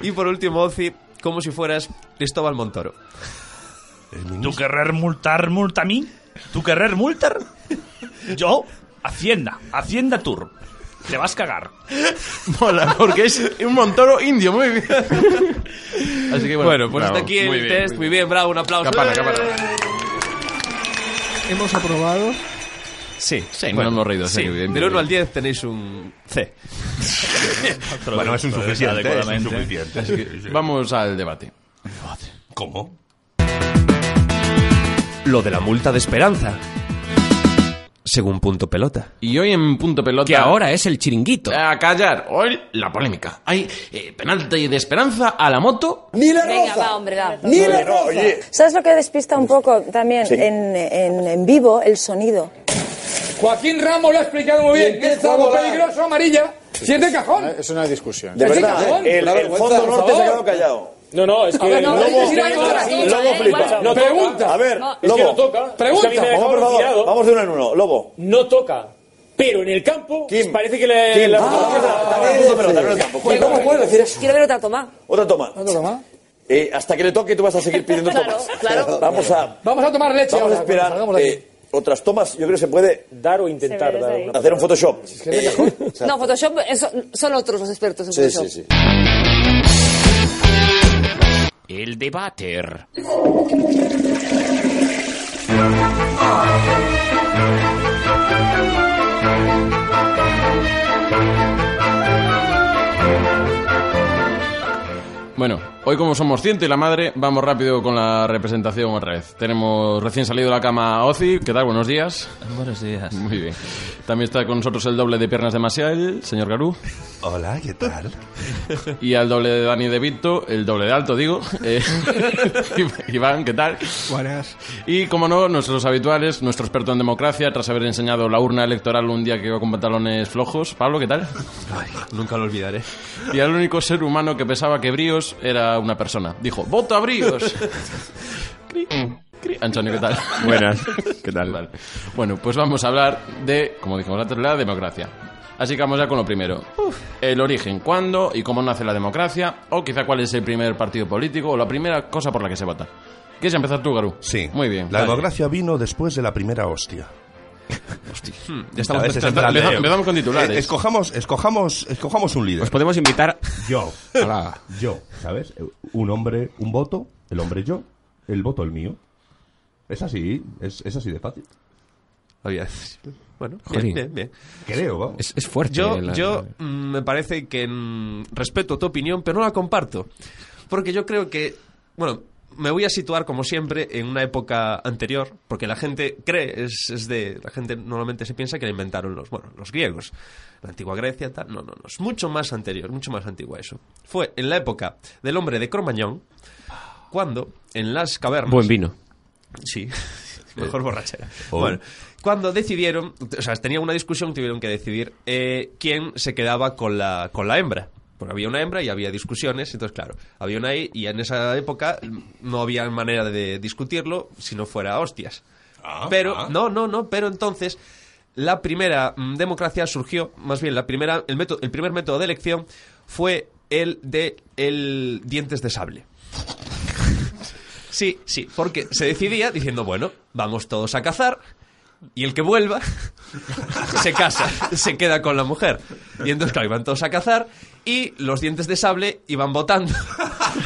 S2: Y por último, Ozi, como si fueras Cristóbal Montoro.
S21: ¿Tú querer multar, multa a mí? ¿Tú querer multar? Yo, Hacienda, Hacienda Tour. Te vas a cagar.
S1: Mola, porque es un montoro indio, muy bien. Así que bueno.
S2: Bueno, pues
S1: bravo,
S2: hasta aquí el
S1: muy bien,
S2: test.
S1: muy
S2: muy bien, bravo, un aplauso.
S1: Capana, capana.
S24: Hemos aprobado.
S2: Sí, sí,
S1: no hemos reído, sí, evidentemente.
S2: Del 1 al 10 tenéis un C.
S23: Bueno, es un suficiente. Es un suficiente.
S1: Así que vamos al debate.
S23: ¿Cómo?
S2: Lo de la multa de esperanza. Según punto pelota.
S1: Y hoy en Punto Pelota...
S6: Que ahora es el chiringuito.
S1: A callar, hoy la polémica. Hay eh, penalti de esperanza a la moto.
S25: Ni la
S26: Venga,
S25: roza.
S26: va, hombre, va.
S25: Ni la roza.
S26: ¿Sabes lo que despista un poco también
S25: Sí.
S26: en, en- en vivo? El sonido.
S27: Joaquín Ramos lo ha explicado muy bien.
S25: empieza
S26: a
S27: Es algo
S25: volar.
S27: peligroso, amarilla. Si es de cajón.
S25: Es una discusión.
S27: De
S25: Es
S27: verdad, ¿eh?
S25: cajón.
S27: el- el Fondo
S25: por
S27: Norte se ha
S25: favor.
S27: quedado callado. No, no, es
S25: que el lobo-
S27: Lobo flipa. No pregunta. A ver,
S26: es que
S27: Lobo.
S26: no toca.
S27: Pregunta.
S26: Es que a mí
S27: Vamos,
S26: me dejaron
S27: por favor,
S26: tirado.
S27: Vamos de uno en uno. Lobo. No toca. Pero en el campo pues, parece que le... le-
S26: ¿Cómo puedes decir eso? Quiero ver otra toma.
S27: Otra toma. Eh, hasta que le toque tú vas a seguir pidiendo tomas. Vamos a... Vamos a tomar leche. Vamos a ahora, esperar cuando salgamos de aquí. eh, otras tomas. Yo creo que se puede dar o
S26: intentar Se ve desde dar una- ahí.
S27: hacer un Photoshop. Eh, o sea,
S26: No, Photoshop eso- son otros los expertos en
S27: Sí,
S26: Photoshop.
S27: sí, sí.
S6: El debater.
S1: Bueno, hoy como somos ciento y la madre, vamos rápido con la representación otra vez. Tenemos recién salido de la cama a Ozi. ¿Qué tal? Buenos días.
S3: Buenos días.
S1: Muy bien. También está con nosotros el doble de piernas de Masiel, señor Garú.
S23: Hola, ¿qué tal?
S1: Y al doble de Dani de Vito, el doble de alto, digo. eh, Iván, ¿qué tal?
S24: Buenas.
S1: Y, como no, nuestros habituales, nuestro experto en democracia, tras haber enseñado la urna electoral un día que iba con pantalones flojos. Pablo, ¿qué tal?
S3: Nunca lo olvidaré.
S1: Y al único ser humano que pensaba que Bríos era una persona. Dijo, ¡vota Bríos! Cri, cri. Antonio, ¿qué tal?
S9: Buenas,
S1: ¿qué tal? Bueno, pues vamos a hablar de, como dijimos antes, la democracia. Así que vamos ya con lo primero. El origen, cuándo y cómo nace la democracia, o quizá cuál es el primer partido político o la primera cosa por la que se vota. ¿Quieres empezar tú, Garú? Sí. Muy bien.
S23: La
S1: dale.
S23: democracia vino después de la primera hostia.
S2: Hmm.
S1: ya estamos
S23: A veces
S1: empezando-
S23: en plan
S1: empezamos-
S23: de-
S1: empezamos con titulares.
S23: Eh, escojamos, escojamos, escojamos un líder.
S6: Os podemos invitar
S23: yo. Yo, ¿sabes? Un hombre, un voto, el hombre yo, el voto el mío. Es así, es, es así de fácil.
S2: Bueno,
S23: Jolín.
S2: bien, bien, bien.
S23: Creo, vamos.
S2: Es,
S23: es fuerte
S2: Yo,
S23: la-
S2: yo mm, me parece que mm, respeto tu opinión, pero no la comparto. Porque yo creo que, bueno, me voy a situar como siempre en una época anterior, porque la gente cree, es, es de, la gente normalmente se piensa que la inventaron los, bueno, los griegos, la antigua Grecia, tal. No, no, no, es mucho más anterior, mucho más antigua eso. Fue en la época del hombre de Cromañón, cuando en las cavernas...
S6: Buen vino.
S2: Sí. Mejor borrachera.
S6: Oh.
S2: Bueno, cuando decidieron, o sea, tenía una discusión, tuvieron que decidir eh, quién se quedaba con la, con la hembra. Porque había una hembra y había discusiones, entonces, claro, había una ahí y en esa época no había manera de discutirlo si no fuera a hostias. pero, no, no, no, pero entonces la primera mm, democracia surgió, más bien, la primera, el, método, el primer método de elección fue el de el dientes de sable. Sí, sí, porque se decidía diciendo, bueno, vamos todos a cazar y el que vuelva se casa, se queda con la mujer. Y entonces, claro, iban todos a cazar y los dientes de sable iban votando.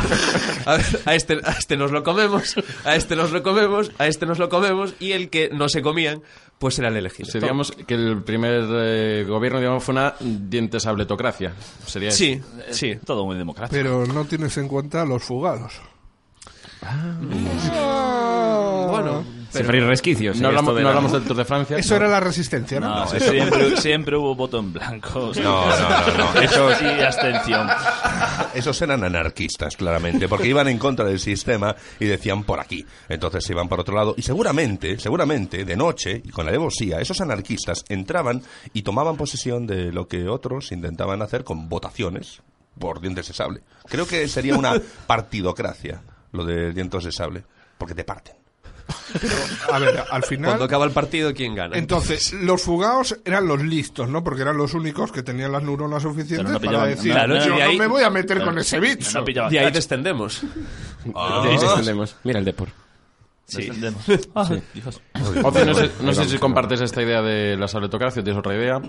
S2: A, ver, a este, a este nos lo comemos, a este nos lo comemos, a este nos lo comemos y el que no se comían, pues era el elegido.
S1: Sí, digamos que el primer eh, gobierno digamos, fue una dientesabletocracia. Sería
S2: Sí, sí.
S3: Todo muy democrático.
S24: Pero no tienes en cuenta los fugados.
S1: Ah,
S2: Bueno,
S1: Sufrir resquicios.
S2: ¿eh?
S1: No hablamos- no hablamos del Tour de Francia.
S24: Eso era la resistencia, ¿no?
S3: No, siempre, siempre hubo voto en blanco.
S23: No, no, no, no.
S3: Eso
S23: Esos-
S3: sí, abstención.
S23: Esos eran anarquistas, claramente, porque iban en contra del sistema y decían por aquí. Entonces se iban por otro lado y seguramente, seguramente, de noche y con la alevosía, esos anarquistas entraban y tomaban posesión de lo que otros intentaban hacer con votaciones por dientes de sable. Creo que sería una partidocracia lo de dientes de sable, porque te parten.
S24: A ver, al final...
S2: Cuando acaba el partido, ¿quién gana?
S24: Entonces, los fugados eran los listos, ¿no? Porque eran los únicos que tenían las neuronas suficientes
S2: Pero no
S24: para
S2: pillaban-
S24: decir,
S2: claro,
S24: yo
S2: y
S24: no
S2: ahí-
S24: me voy a meter
S2: claro,
S24: con ese
S2: no
S24: bicho.
S2: pillaban. De ahí descendemos.
S1: Ah.
S6: De ahí descendemos. Mira el Depor.
S3: Descendemos.
S1: Ah,
S6: Sí.
S3: Dios.
S1: Oce, no sé, no sé si compartes esta idea de la sabletocracia, ¿tienes otra idea?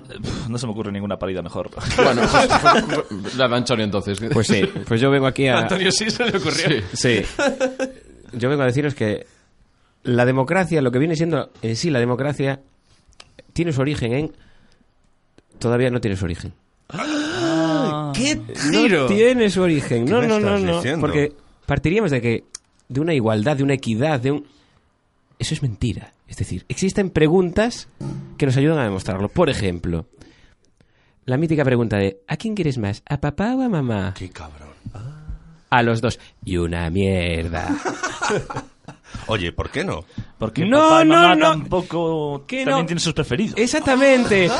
S3: No se me ocurre ninguna parida mejor.
S1: Bueno, pues, la de Antonio entonces.
S6: Pues sí, pues yo vengo aquí a...
S1: Antonio sí se le ocurrió.
S6: Sí. Yo vengo a deciros que la democracia, lo que viene siendo en sí la democracia, tiene su origen en... Todavía no tiene su origen.
S2: ¡Qué
S6: Ah. No tiene su origen.
S2: ¿Qué
S6: No,
S2: me
S6: no, no,
S2: estás
S6: no.
S2: diciendo?
S6: Porque partiríamos de que... De una igualdad, de una equidad, de un... Eso es mentira. Es decir, existen preguntas que nos ayudan a demostrarlo. Por ejemplo, la mítica pregunta de ¿a quién quieres más? ¿A papá o a mamá? Qué
S23: cabrón.
S6: A los dos. Y una mierda.
S23: Oye, ¿por qué no?
S3: Porque
S6: No,
S3: papá y
S6: no,
S3: mamá
S6: no.
S3: tampoco
S6: Que
S3: también
S6: no.
S3: tienen sus preferidos.
S6: Exactamente.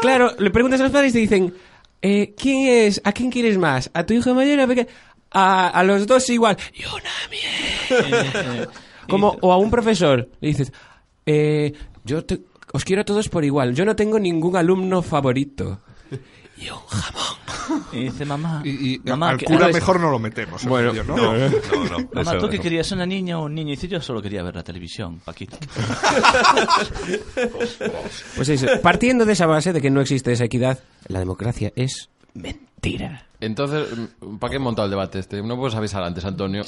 S6: claro, le preguntas a los padres y te dicen, eh, ¿quién es? ¿A quién quieres más? ¿A tu hijo mayor? o ¿A, peque- a, a los dos igual? Y una mierda. Como, o a un profesor, le dices, eh, yo te- os quiero a todos por igual, yo no tengo ningún alumno favorito.
S3: Y dice mamá.
S24: Y, y
S3: mamá,
S24: al
S3: que-
S24: cura
S3: ¿sabes?
S24: mejor no lo metemos. en
S3: Bueno,
S24: vídeo,
S3: no,
S24: ¿no?
S3: Mamá, ¿tú qué querías? ¿Una niña o un niño? Y dice, yo solo quería ver la televisión, Paquito.
S6: Pues eso, partiendo de esa base de que no existe esa equidad, la democracia es mentira.
S1: Entonces, ¿para qué he montado el debate este? No puedes avisar antes, Antonio.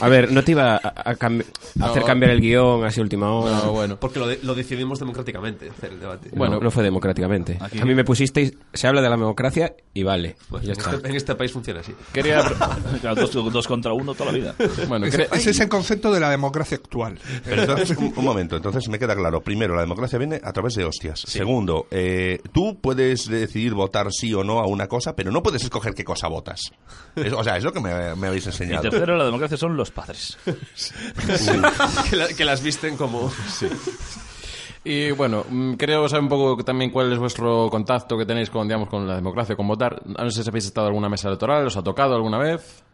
S6: A ver, no te iba a, a cambi- a
S1: No.
S6: hacer cambiar el guión así a última hora.
S1: No, bueno.
S2: Porque lo, de- lo decidimos democráticamente, hacer el debate.
S6: No, no fue democráticamente.
S2: Aquí-
S6: A mí me pusisteis, se habla de la democracia y vale. ya
S1: Pues
S2: en,
S6: está.
S2: este, en este país funciona así.
S1: Quería-
S21: Claro, dos, dos contra uno toda la vida.
S2: Ese-
S24: ese, ese es el concepto de la democracia actual.
S23: Pero entonces, un, un momento, entonces me queda claro. Primero, la democracia viene a través de hostias. Segundo, eh, tú puedes decidir votar sí o no a una cosa, pero no puedes escoger qué cosa votas. Es- o sea, es lo que me, me habéis
S21: Y
S23: enseñado.
S21: tercero, la democracia son los padres.
S2: que, la- que las visten como...
S1: Y bueno, mm, creo saber un poco también cuál es vuestro contacto que tenéis con, digamos, con la democracia, con votar. No sé si habéis estado en alguna mesa electoral, os ha tocado alguna vez.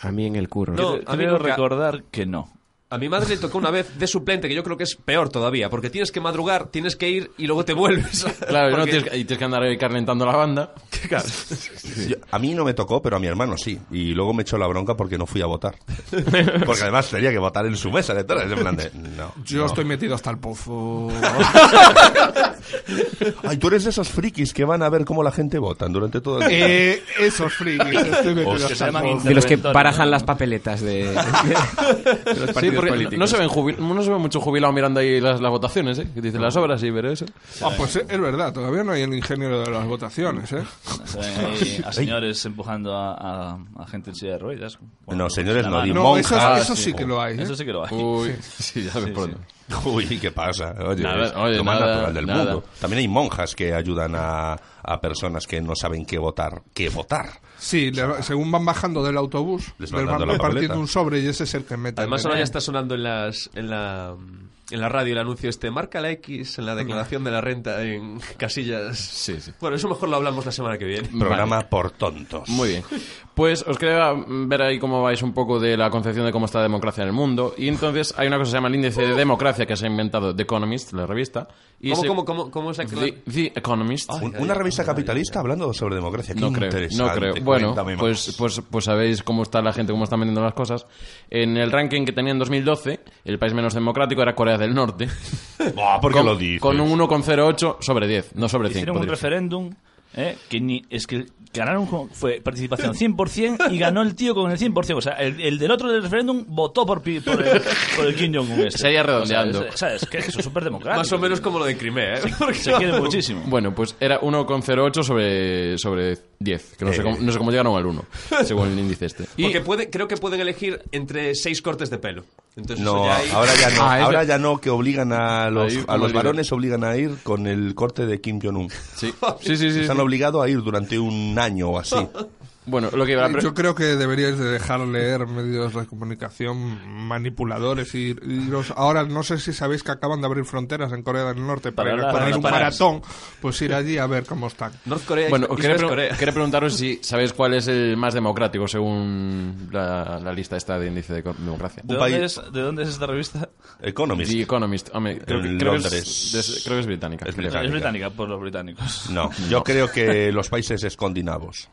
S6: A mí en el curro.
S1: No,
S21: Creo
S1: a mí nunca-
S21: recordar que no.
S2: A mi madre le tocó una vez de suplente, que yo creo que es peor todavía, porque tienes que madrugar, tienes que ir y luego te vuelves.
S1: Claro, y no
S2: Porque-
S1: tienes, que- y tienes que andar ahí calentando la banda.
S23: Yo- a mí no me tocó, pero a mi hermano sí. Y luego me echó la bronca porque no fui a votar. Porque además tenía que votar en su mesa electoral. En plan de, no.
S24: Yo
S23: no.
S24: estoy metido hasta el pozo.
S23: Ay, tú eres de esos frikis que van a ver cómo la gente vota durante todo el día.
S24: eh, esos frikis. Estoy metido
S23: Hostia,
S24: hasta
S23: se
S24: el
S23: llaman
S24: pozo.
S6: De los que barajan las papeletas de, de los
S1: Sí,
S6: partidos
S1: porque
S6: políticos.
S1: no se, ven jubil- no se ve mucho jubilado mirando ahí las, las votaciones, ¿eh? Que dicen las obras, sí, pero eso.
S24: Ah, pues eh, es verdad, todavía no hay el ingeniero de las votaciones, ¿eh?
S21: Se ven
S23: Eh,
S21: ahí a señores empujando a, a- a gente en silla de ruedas.
S23: No, señores,
S21: La
S23: no,
S21: mano.
S23: di
S24: No, eso-
S23: monjas.
S24: eso sí que lo hay, ¿eh?
S21: Eso sí que lo hay.
S1: Uy,
S21: Sí.
S1: sí, ya ves
S21: Sí,
S1: por
S21: sí.
S1: dónde.
S23: Uy, ¿qué pasa? Oye,
S1: Nada,
S23: es
S1: oye,
S23: lo más
S1: nada,
S23: natural del
S1: nada.
S23: mundo. También hay monjas que ayudan a, a personas que no saben qué votar. ¿Qué votar?
S24: Sí, le va- según van bajando del autobús, les
S23: Les van
S24: van
S23: dando la
S24: repartiendo
S23: papeleta.
S24: un sobre y ese es el que mete.
S2: Además ahora ya está sonando en las en la en la radio el anuncio este marca la X en la declaración de la renta en casillas.
S1: Sí, sí.
S2: Bueno, eso mejor lo hablamos la semana que viene.
S23: Programa por tontos.
S1: Muy bien. Pues os quería ver ahí cómo vais un poco de la concepción de cómo está la democracia en el mundo. Y entonces hay una cosa que se llama el índice de democracia que se ha inventado The Economist, la revista. Y
S2: ¿Cómo,
S1: se-
S2: cómo, cómo, cómo es la
S1: The, The Economist.
S23: Un- una revista capitalista hablando sobre democracia. Qué
S1: No creo, no
S23: interesante.
S1: creo. Bueno,
S23: Cuéntame más.
S1: pues, pues, pues sabéis cómo está la gente, cómo están vendiendo las cosas. En el ranking que tenía en 2012, el país menos democrático era Corea del Norte.
S23: Buah, Ah, ¿por qué
S1: con,
S23: lo dices?
S1: Con un 1,08 sobre 10, no sobre 100.
S21: Hicieron un
S1: podría ser.
S21: referéndum eh, que ni, es que ganaron con, fue participación 100% y ganó el tío con el 100%. O sea, el, el del otro del referéndum votó por, pi- por el, por el Kim Jong-un. este.
S1: Sería
S21: O sea,
S1: redondeando.
S21: es- ¿Sabes? Que eso es súper democrático.
S2: Más o menos como lo de Crimea, ¿eh? Porque
S21: Se quiere muchísimo.
S1: Bueno, pues era 1,08 sobre, sobre 10, que
S23: Eh.
S1: no, sé cómo, no sé cómo llegaron al 1, según el índice este. Y
S2: Porque puede, creo que pueden elegir entre seis cortes de pelo. Entonces eso
S23: No,
S2: ya hay-
S23: ahora ya no,
S1: Ah, es
S23: ahora
S1: ver-
S23: ya no, que obligan a los,
S1: Ahí,
S23: a
S1: como
S23: los
S1: líder.
S23: varones, obligan a ir con el corte de Kim Jong-un.
S1: Sí, sí, sí. sí,
S23: Están
S1: sí.
S23: obligados a ir durante un año o así.
S1: Bueno, lo que iba a pre-
S24: Eh, Yo creo que deberíais de dejar leer medios de comunicación manipuladores y, y los- ahora no sé si sabéis que acaban de abrir fronteras en Corea del Norte para,
S21: Para
S24: ir a
S21: la-
S24: correr
S21: para
S24: un
S21: las paradas.
S24: maratón, pues ir allí a ver cómo están.
S2: North Korea
S1: Bueno,
S2: y
S1: os quería,
S2: North
S1: pre-
S2: Corea.
S1: quería preguntaros si sabéis cuál es el más democrático según la, la lista esta de índice de co- democracia.
S21: ¿De
S23: un
S21: dónde,
S23: país-
S21: es, de dónde es esta revista?
S23: Economist.
S1: The Economist. Hombre, creo, que,
S23: En
S1: creo que es,
S23: Londres.
S1: des- creo que es británica.
S23: Es
S1: creo.
S21: Es
S23: británica.
S21: británica, por los británicos.
S23: No, yo creo que los países escandinavos.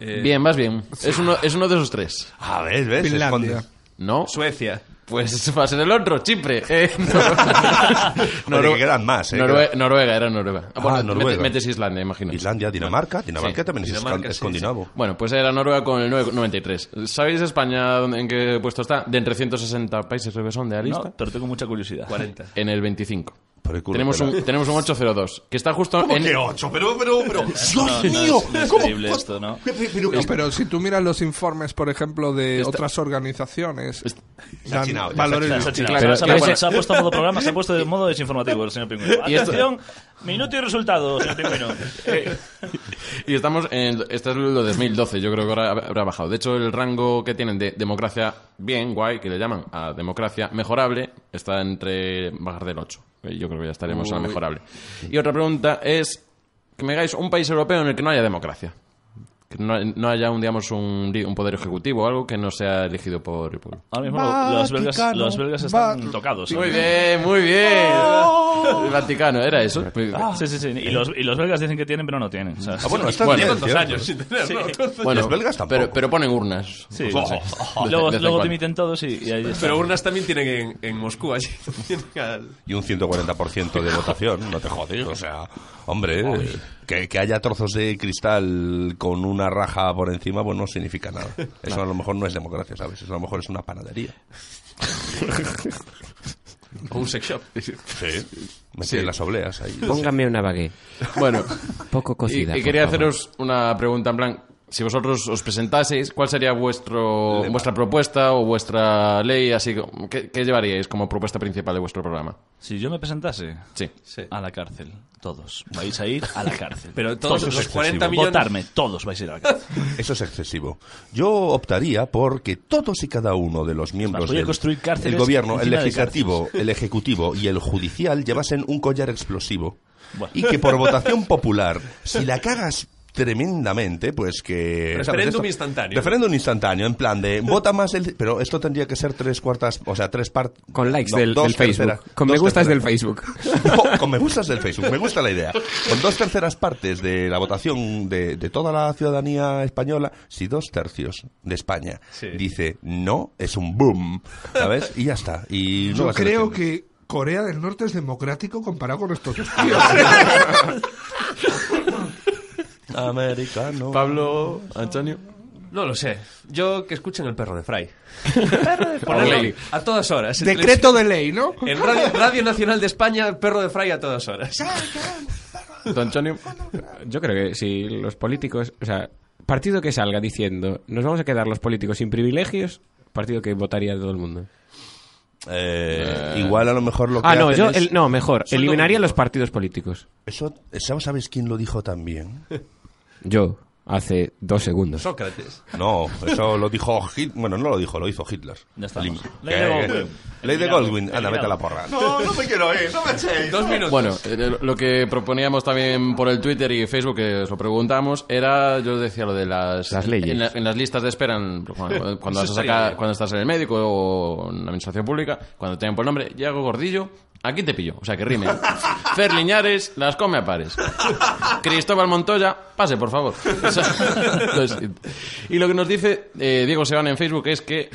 S2: Eh,
S1: Bien, más bien. Es uno, es uno de esos tres.
S23: A ver, ¿ves?
S24: Finlandia.
S23: Escondi-
S1: ¿No?
S2: Suecia.
S1: Pues va a ser el otro, Chipre. Eh, no.
S23: Joder, que quedan más, eh,
S1: Norue-
S23: quedan-
S1: Noruega, era Noruega. Ah, bueno,
S23: Ah, Noruega.
S1: mete- metes Islandia, imagino.
S23: Islandia, Dinamarca. Dinamarca
S1: Sí.
S23: también es
S2: Dinamarca,
S23: escan-
S2: sí,
S23: escandinavo.
S1: Bueno, pues era Noruega con el 9 93. ¿Sabéis España dónde- en qué puesto está? De entre 160 países creo que son de la lista.
S21: No, pero tengo mucha curiosidad.
S2: 40.
S1: En el 25.
S23: Por el culo,
S1: Tenemos
S23: pero-
S1: un, tenemos un 802, que está justo en...
S23: ¿Qué ocho? Pero, pero, pero. ¡Dios
S21: No, no es-
S23: mío!
S21: no es
S23: ¿Cómo?
S21: creíble esto, ¿no?
S24: No, pero si tú miras los informes, por ejemplo, de
S1: Esta-
S24: otras organizaciones,
S23: Se ha
S24: dan
S23: chinado, ya se ha
S24: valores
S21: Claro, se ha
S24: distintos.
S21: chinado.
S1: Pero-
S21: Se ha-
S1: pero-
S21: se ha puesto modo programa, se ha puesto de modo desinformativo el señor Pingüino.
S1: Y esto-
S21: Atención, minuto y resultado, señor Pingüino.
S1: Eh, Y estamos en... Este es lo de 2012, yo creo que ahora habrá bajado. De hecho, el rango que tienen de democracia bien, guay, que le llaman a democracia mejorable, está entre bajar del 8. Eh, Yo creo que ya estaremos en la
S24: Uy.
S1: mejorable. Y otra pregunta es que me digáis un país europeo en el que no haya democracia. Que no, no haya, un, digamos, un, li- un poder ejecutivo o algo que no sea elegido por el pueblo.
S21: Ahora mismo los belgas, los belgas están
S24: Va-
S21: tocados. ¿eh?
S1: Muy bien, muy bien. El Vaticano, era eso.
S21: Oh.
S1: Eh.
S21: Sí, sí, sí. Y los, y los belgas dicen que tienen, pero no tienen. o sea,
S23: Ah, bueno, están
S1: Bueno,
S23: bien,
S1: ¿cuántos
S23: ¿cierto?
S1: Bueno,
S23: los belgas tampoco. Oh.
S1: Pero, pero ponen urnas.
S21: sí,
S1: Pues,
S21: sí.
S1: de- de vez en
S21: Luego, luego te
S1: cuando.
S21: emiten todos y, y ahí está.
S2: Pero urnas también tienen en, en Moscú allí. Tienen al-
S23: Y un 140% de votación. No te jodes, o sea... Hombre... eh, Que, que haya trozos de cristal con una raja por encima, pues no significa nada. Eso a lo mejor no es democracia, ¿sabes? Eso a lo mejor es una panadería.
S1: O un sex shop.
S23: Oh. Sí. Me tienen las obleas ahí.
S6: Póngame una baguette.
S1: Bueno.
S6: Poco cocida.
S1: Y, y
S6: por
S1: quería
S6: favor.
S1: haceros una pregunta en plan, si vosotros os presentaseis, ¿cuál sería vuestro vuestra propuesta o vuestra ley? Así como- ¿qué, qué llevaríais como propuesta principal de vuestro programa?
S21: Si yo me presentase
S1: sí.
S21: a la cárcel, todos vais a ir a la cárcel.
S11: Pero todos los
S21: excesivo.
S11: 40 millones-
S21: Votarme, todos vais a ir a la cárcel.
S23: Eso es excesivo. Yo optaría porque todos y cada uno de los miembros
S21: más, voy a
S23: del
S21: construir cárceles
S23: el gobierno, el
S21: encima de
S23: legislativo,
S21: cárceles.
S23: el ejecutivo y el judicial llevasen un collar explosivo.
S21: Bueno.
S23: Y que por votación popular, si la cagas tremendamente, pues que...
S2: Referéndum
S23: ¿sabes esto?
S2: instantáneo.
S23: Referéndum instantáneo, en plan de vota más el... Pero esto tendría que ser tres cuartas, o sea, tres partes...
S6: Con likes del, del Facebook. Con me gustas del Facebook.
S23: Oh, Con me gustas del Facebook, me gusta la idea. Con dos terceras partes de la votación de, de toda la ciudadanía española, si dos tercios de España
S24: Sí.
S23: dice no, es un boom, ¿sabes? Y ya está. Y
S24: Yo
S23: nuevas
S24: creo
S23: elecciones.
S24: que Corea del Norte es democrático comparado con estos dos tíos. ¿eh?
S23: Americano.
S1: Pablo, Antonio.
S2: No lo sé. Yo que escuchen el perro de Fray.
S1: Ponerlo
S2: a todas horas.
S24: Decreto de ley, ¿no?
S2: En Radio, Radio Nacional de España, el perro de Fray a todas horas.
S1: Don Antonio.
S6: Yo creo que si los políticos, o sea, partido que salga diciendo, nos vamos a quedar los políticos sin privilegios, partido que votaría todo el mundo.
S23: Eh, igual a lo mejor lo que
S6: Ah, no,
S23: hacen
S6: yo
S23: es-
S6: el- no, mejor,
S23: Son
S6: eliminaría
S23: todo-
S6: los partidos políticos.
S23: Eso, ¿sab- ¿sabes quién lo dijo también?
S6: Yo hace dos segundos.
S23: Sócrates. No, eso lo dijo Hitler. Bueno, no lo dijo, lo hizo Hitler.
S21: Ya está.
S23: Lim-
S21: Ley de
S23: Eh,
S21: Goldwyn.
S23: Ley de
S21: Eliminado.
S23: Goldwyn. Anda, vete a la porra.
S11: No, no me quiero ir, no me echéis. Dos minutos.
S1: Bueno, eh, lo que proponíamos también por el Twitter y Facebook, que os lo preguntamos, era, yo decía lo de las,
S6: Las leyes.
S1: En, la- en las listas de espera, en- cuando, cuando vas
S6: Eso
S1: a
S6: estaría
S1: sacar-
S6: bien.
S1: cuando estás en el médico o en la administración pública, cuando te llaman por el nombre, Yago Gordillo, aquí te pillo, o sea que rime. Fer Liñares, las come a pares. Cristóbal Montoya, pase por favor. O sea, entonces, y lo que nos dice eh, Diego Sebana en Facebook es que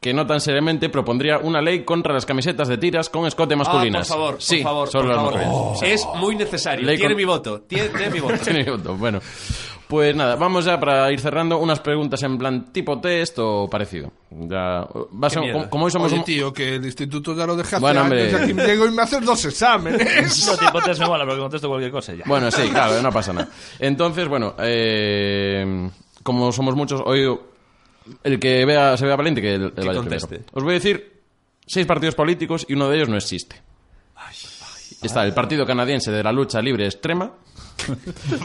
S1: que no tan seriamente propondría una ley contra las camisetas de tiras con escote masculinas.
S2: Ah, por favor, por
S1: sí,
S2: favor,
S1: solo
S2: por
S1: las
S2: favor.
S1: mujeres.
S2: Es muy necesario.
S1: Ley
S2: Tiene
S1: con-
S2: mi voto. Tiene, tiene mi voto.
S1: Tiene mi voto, Bueno, pues nada, vamos ya para ir cerrando unas preguntas en plan tipo test o parecido. Ya, va a ser-
S24: Qué mierda.
S1: como, como hoy Ah, somos
S24: Oye,
S1: un-
S24: tío, que el instituto ya lo deja hace
S1: Bueno, hombre.
S24: años. Aquí llego y me haces dos exámenes.
S21: No te importes, me mola, porque contesto cualquier cosa y ya.
S1: Bueno, sí, claro, no pasa nada. Entonces, bueno, eh, como somos muchos, hoy el que vea, se vea valiente que el, el vaya
S2: conteste.
S1: primero. Os voy a decir seis partidos políticos y uno de ellos no existe. Está el Partido Canadiense de la Lucha Libre Extrema.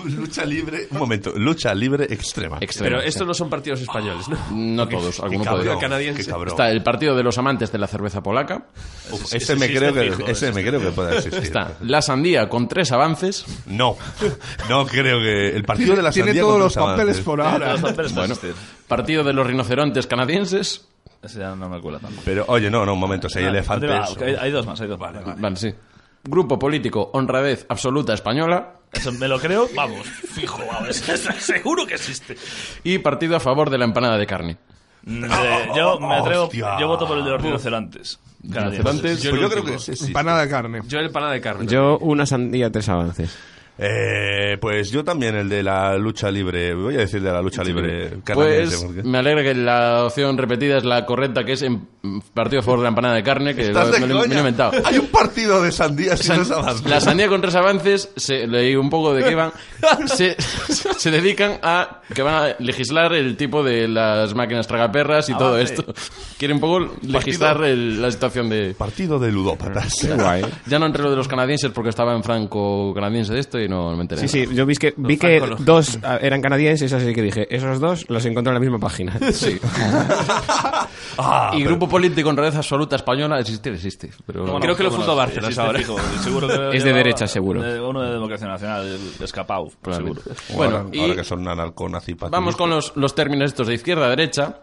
S23: lucha libre. eh, Un momento, lucha libre extrema.
S1: Extrema,
S2: Pero
S1: sí.
S2: estos no son partidos españoles, ¿no?
S1: No todos,
S2: qué
S1: algunos
S2: cabrón,
S1: podría.
S2: canadiense. qué cabrón.
S1: Está el partido de los amantes de la cerveza polaca.
S23: Uf, Ese- ese ese me creo existe que- fijo, ese ese me existe. creo que puede existir.
S1: Está la sandía con tres avances.
S23: No, no creo que. El partido de la
S1: Tiene
S23: sandía
S1: todos
S23: con
S1: los
S23: tus avances.
S1: papeles por ahora.
S21: Todos los papeles
S1: Bueno.
S21: existen.
S1: Partido de los rinocerontes canadienses.
S21: Ese ya no me cuela tanto.
S23: Pero, oye, no, no, un momento, si hay
S21: Ah,
S23: elefantes.
S21: ah, ok, hay, hay dos más, hay dos más. Vale.
S1: Vale, sí. Grupo político Honradez Absoluta Española.
S21: Eso me lo creo, vamos, fijo, vamos, seguro que existe.
S1: Y partido a favor de la empanada de carne.
S21: Mm, eh, yo me atrevo,
S1: Oh, Hostia.
S21: yo voto por el de los rinocerantes. Canadienses.
S1: Rinocerontes.
S21: Yo
S1: Pues
S21: lo
S1: yo creo
S21: digo.
S1: que sí,
S24: Empanada de carne.
S2: Yo el panada de carne.
S6: Yo una sandía, tres avances.
S23: Eh, pues yo también el de la lucha libre. Voy a decir de la lucha libre canadiense.
S1: Pues
S23: porque-
S1: me alegra que la opción repetida es la correcta, que es en partido a favor de la empanada de carne, que
S23: ¿Estás
S1: lo-
S23: de
S1: me, lo- me lo he
S23: coña?
S1: inventado.
S23: Hay un partido de sandías y
S1: San-
S23: los avances.
S1: la sandía con tres avances, se, leí un poco de qué van, se, se dedican a que van a legislar el tipo de las máquinas tragaperras y todo
S23: Avance.
S1: esto. Quieren un poco legislar el- la situación de...
S23: Partido de ludópatas.
S1: Ya no entré lo de los canadienses porque estaba en franco-canadiense de esto y no me enteré.
S6: Sí, sí, yo vi que, vi que dos ah, eran canadienses, así que dije, esos dos los encontré en la misma página.
S1: Sí.
S21: Ah,
S1: y Grupo Político en Realeza Absoluta Española existe, existe. Pero...
S21: Bueno, bueno, existe fijo, seguro que-
S6: Es de derecha, seguro.
S21: de- Uno de Democracia Nacional, el escapado, seguro.
S1: Bueno,
S23: ahora,
S1: y-
S23: ahora que son analconas y
S1: Vamos con los, los términos estos de izquierda a derecha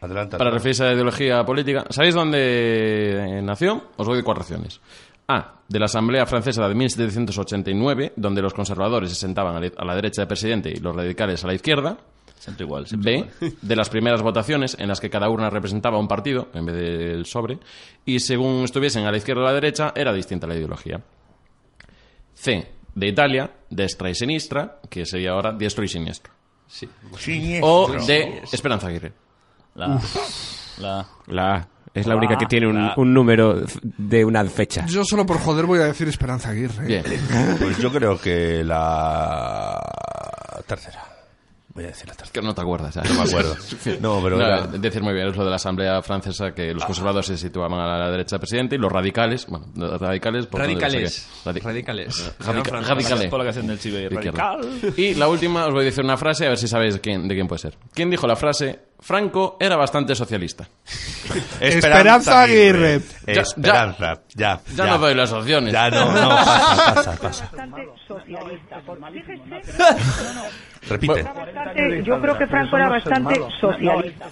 S23: Adelante.
S1: para referirse a la ideología política. ¿Sabéis dónde eh, nació? Os doy cuatro opciones. A. De la Asamblea Francesa de 1789, donde los conservadores se sentaban a la- a la derecha del presidente y los radicales a la izquierda.
S21: Siempre igual, siempre
S1: B. De las primeras votaciones en las que cada urna representaba un partido en vez del sobre. Y según estuviesen a la izquierda o a la derecha, era distinta la ideología. C. de Italia, Destra y Sinistra, que sería ahora Diestro y Siniestro.
S23: Sí.
S1: O de Esperanza Aguirre.
S3: La, la,
S6: La A. Es la
S23: Ah,
S1: La
S6: única
S1: A,
S6: que tiene un,
S1: la A.
S6: un número f- de una fecha.
S24: Yo solo por joder voy a decir Esperanza Aguirre.
S23: Pues yo creo que la tercera. Voy a decir la tercera.
S1: Que no te acuerdas. ¿eh?
S23: No me acuerdo. No, pero era-
S1: Decir muy bien, es lo de la Asamblea Francesa, que los conservadores se situaban a la derecha del presidente y los radicales, bueno, los radicales... por donde
S23: Radicales.
S1: no sé qué. Radi-
S23: Radicales.
S1: Radica-
S23: Eran
S1: radicales.
S23: franceses por la canción del Chive,
S1: De izquierda.
S23: radical.
S1: Y la última, os voy a decir una frase, a ver si sabéis quién, de quién puede ser. ¿Quién dijo la frase? Franco era bastante socialista.
S24: Esperanza Aguirre.
S1: Ya-
S23: Esperanza, ya.
S1: Ya, no doy las opciones.
S23: Ya no, no, pasa, pasa, pasa. Repite.
S9: Yo creo que Franco era bastante socialista.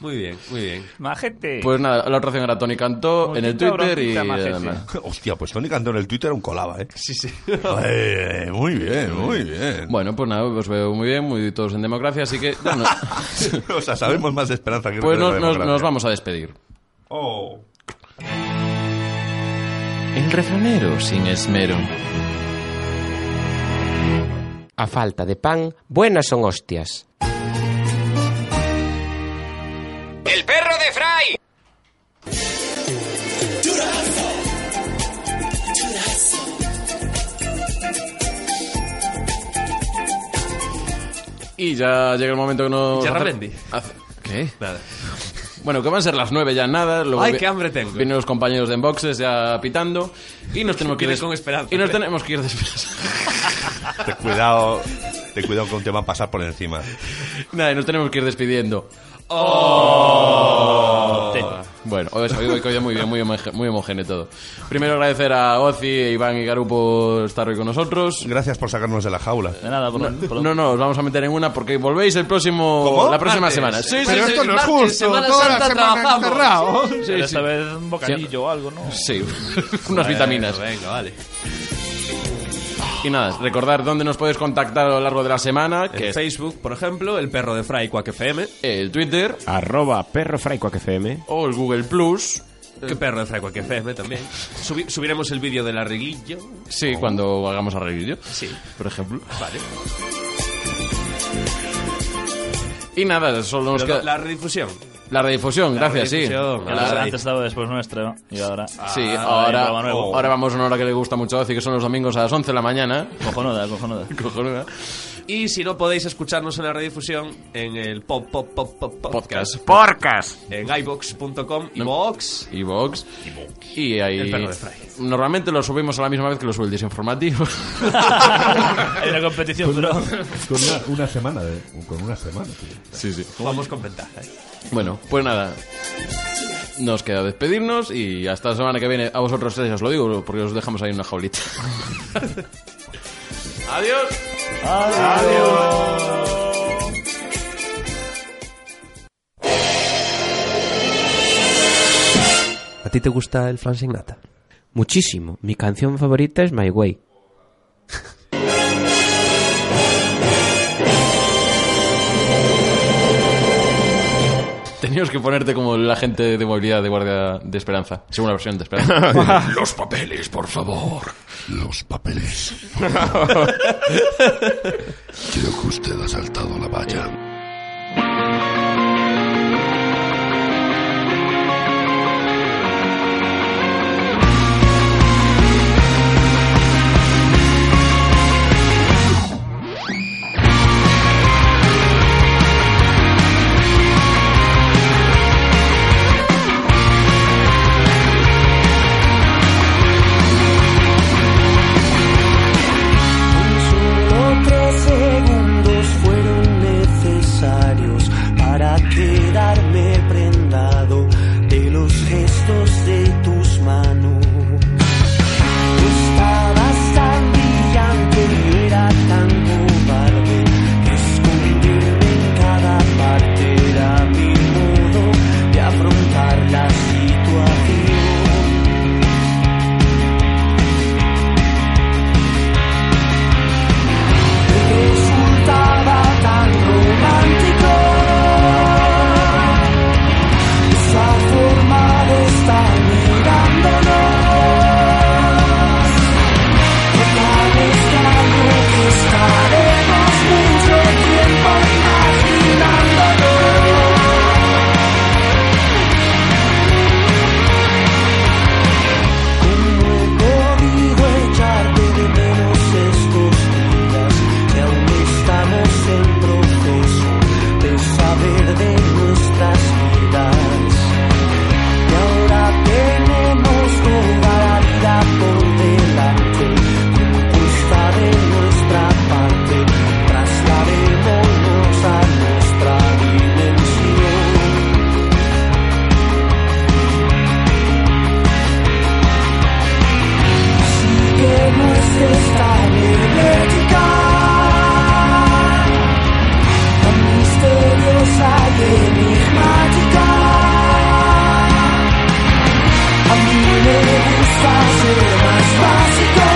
S23: Muy bien, muy bien.
S21: Majete.
S1: Pues nada, la oración era Tony Cantó en el
S23: Multitud
S1: Twitter y...
S23: abrupta, majete.
S1: nada.
S23: Hostia, pues Tony Cantón en el Twitter era un colaba, ¿eh? Sí, sí. Eh, muy bien, muy bien.
S1: Bueno, pues nada, os veo muy bien, muy todos en democracia, así que... bueno,
S23: o sea, sabemos más de Esperanza Aguirre que
S1: Pues
S23: de la
S1: nos- nos,
S23: democracia.
S1: nos vamos a despedir.
S23: Oh.
S13: El refranero sin esmero.
S20: A falta de pan, buenas son hostias.
S5: El perro de Fry.
S1: Y ya llega el momento que nos...
S23: Gerramendi.
S1: Hace- ¿Qué? Bueno, que van a ser las nueve ya nada. Luego
S23: Ay,
S1: vi-
S23: qué hambre tengo.
S1: Vienen los compañeros de Enboxes ya pitando. Y nos tenemos que ir...
S23: Vienes
S1: des-
S23: con esperanza.
S1: Y nos tenemos que ir después.
S23: Te cuidado, te cuidado que un tema pasar por encima.
S1: Nada, y nos tenemos que ir despidiendo. 어.
S16: Oh. 네.
S1: Bueno, hoy os digo que hoy es muy bien, muy, homo- muy homogéneo todo. Primero agradecer a Ozi, Iván y Garu por estar hoy con nosotros.
S23: Gracias por sacarnos de la jaula.
S1: De nada, No, no, os vamos a meter en una porque volvéis el próximo,
S23: ¿Cómo?
S1: la próxima
S23: Martes.
S1: semana. Sí,
S23: Pero
S1: sí,
S23: esto
S1: sí,
S23: no es
S1: martes,
S23: justo,
S1: Semana
S23: toda la
S1: Santa
S23: semana
S1: trabajamos.
S23: encerrado.
S1: Sí,
S23: Pero esta
S1: sí.
S23: vez un bocadillo
S21: o algo, ¿no?
S1: Sí, unas vitaminas.
S23: Venga, vale.
S1: Y nada, recordar dónde nos podéis contactar a lo largo de la semana. Que
S23: En
S1: es
S23: Facebook, por ejemplo, el perro de Fry Quack FM.
S1: el Twitter
S6: Arroba perrofraicoacfm.
S1: o el Google Plus.
S23: Que perro de Fry Quack FM también. Subi- subiremos el vídeo del arreglillo.
S1: Sí, cuando hagamos arreglillo. Sí. Por ejemplo.
S23: Oh. Vale.
S1: Y nada, solo nos
S23: Pero
S1: queda...
S23: la redifusión.
S1: La redifusión,
S23: La
S1: gracias,
S23: redifusión,
S1: sí.
S23: claro.
S1: La-
S23: Ahora-
S21: Antes estaba después nuestro y ahora.
S1: Sí,
S21: Ah,
S1: ahora,
S21: hay programa nuevo.
S1: ahora vamos a una hora que le gusta mucho a Ozi, que son los domingos a las 11 de la mañana.
S21: Cojonuda, cojonuda.
S1: Cojonuda.
S23: Y si no podéis escucharnos en la redifusión, en el pop, pop, pop, pop, pop-
S1: Podcast.
S23: En iBox.com y Vox.
S1: Y Vox. Y ahí...
S23: El perro de Fry.
S1: Normalmente lo subimos a la misma vez que lo sube el desinformativo.
S21: Hay una competición, pero.
S22: Con una, una semana, de, con una semana. tío.
S1: sí, sí.
S23: Vamos con ventaja. ¿eh?
S1: Bueno, pues nada. Nos queda despedirnos y hasta la semana que viene. A vosotros tres os lo digo porque os dejamos ahí en una jaulita. Adiós.
S2: ¿A ti te gusta el Frank Signata?
S20: Muchísimo. Mi canción favorita es My Way.
S1: Tenías que ponerte como la gente de movilidad de Guardia de Esperanza. Según la versión de Esperanza. Los papeles, por favor.
S10: Los papeles.
S23: eh.
S10: Creo que usted ha saltado la valla.
S16: Solo tres segundos fueron necesarios. A mí me gusta ser más básico.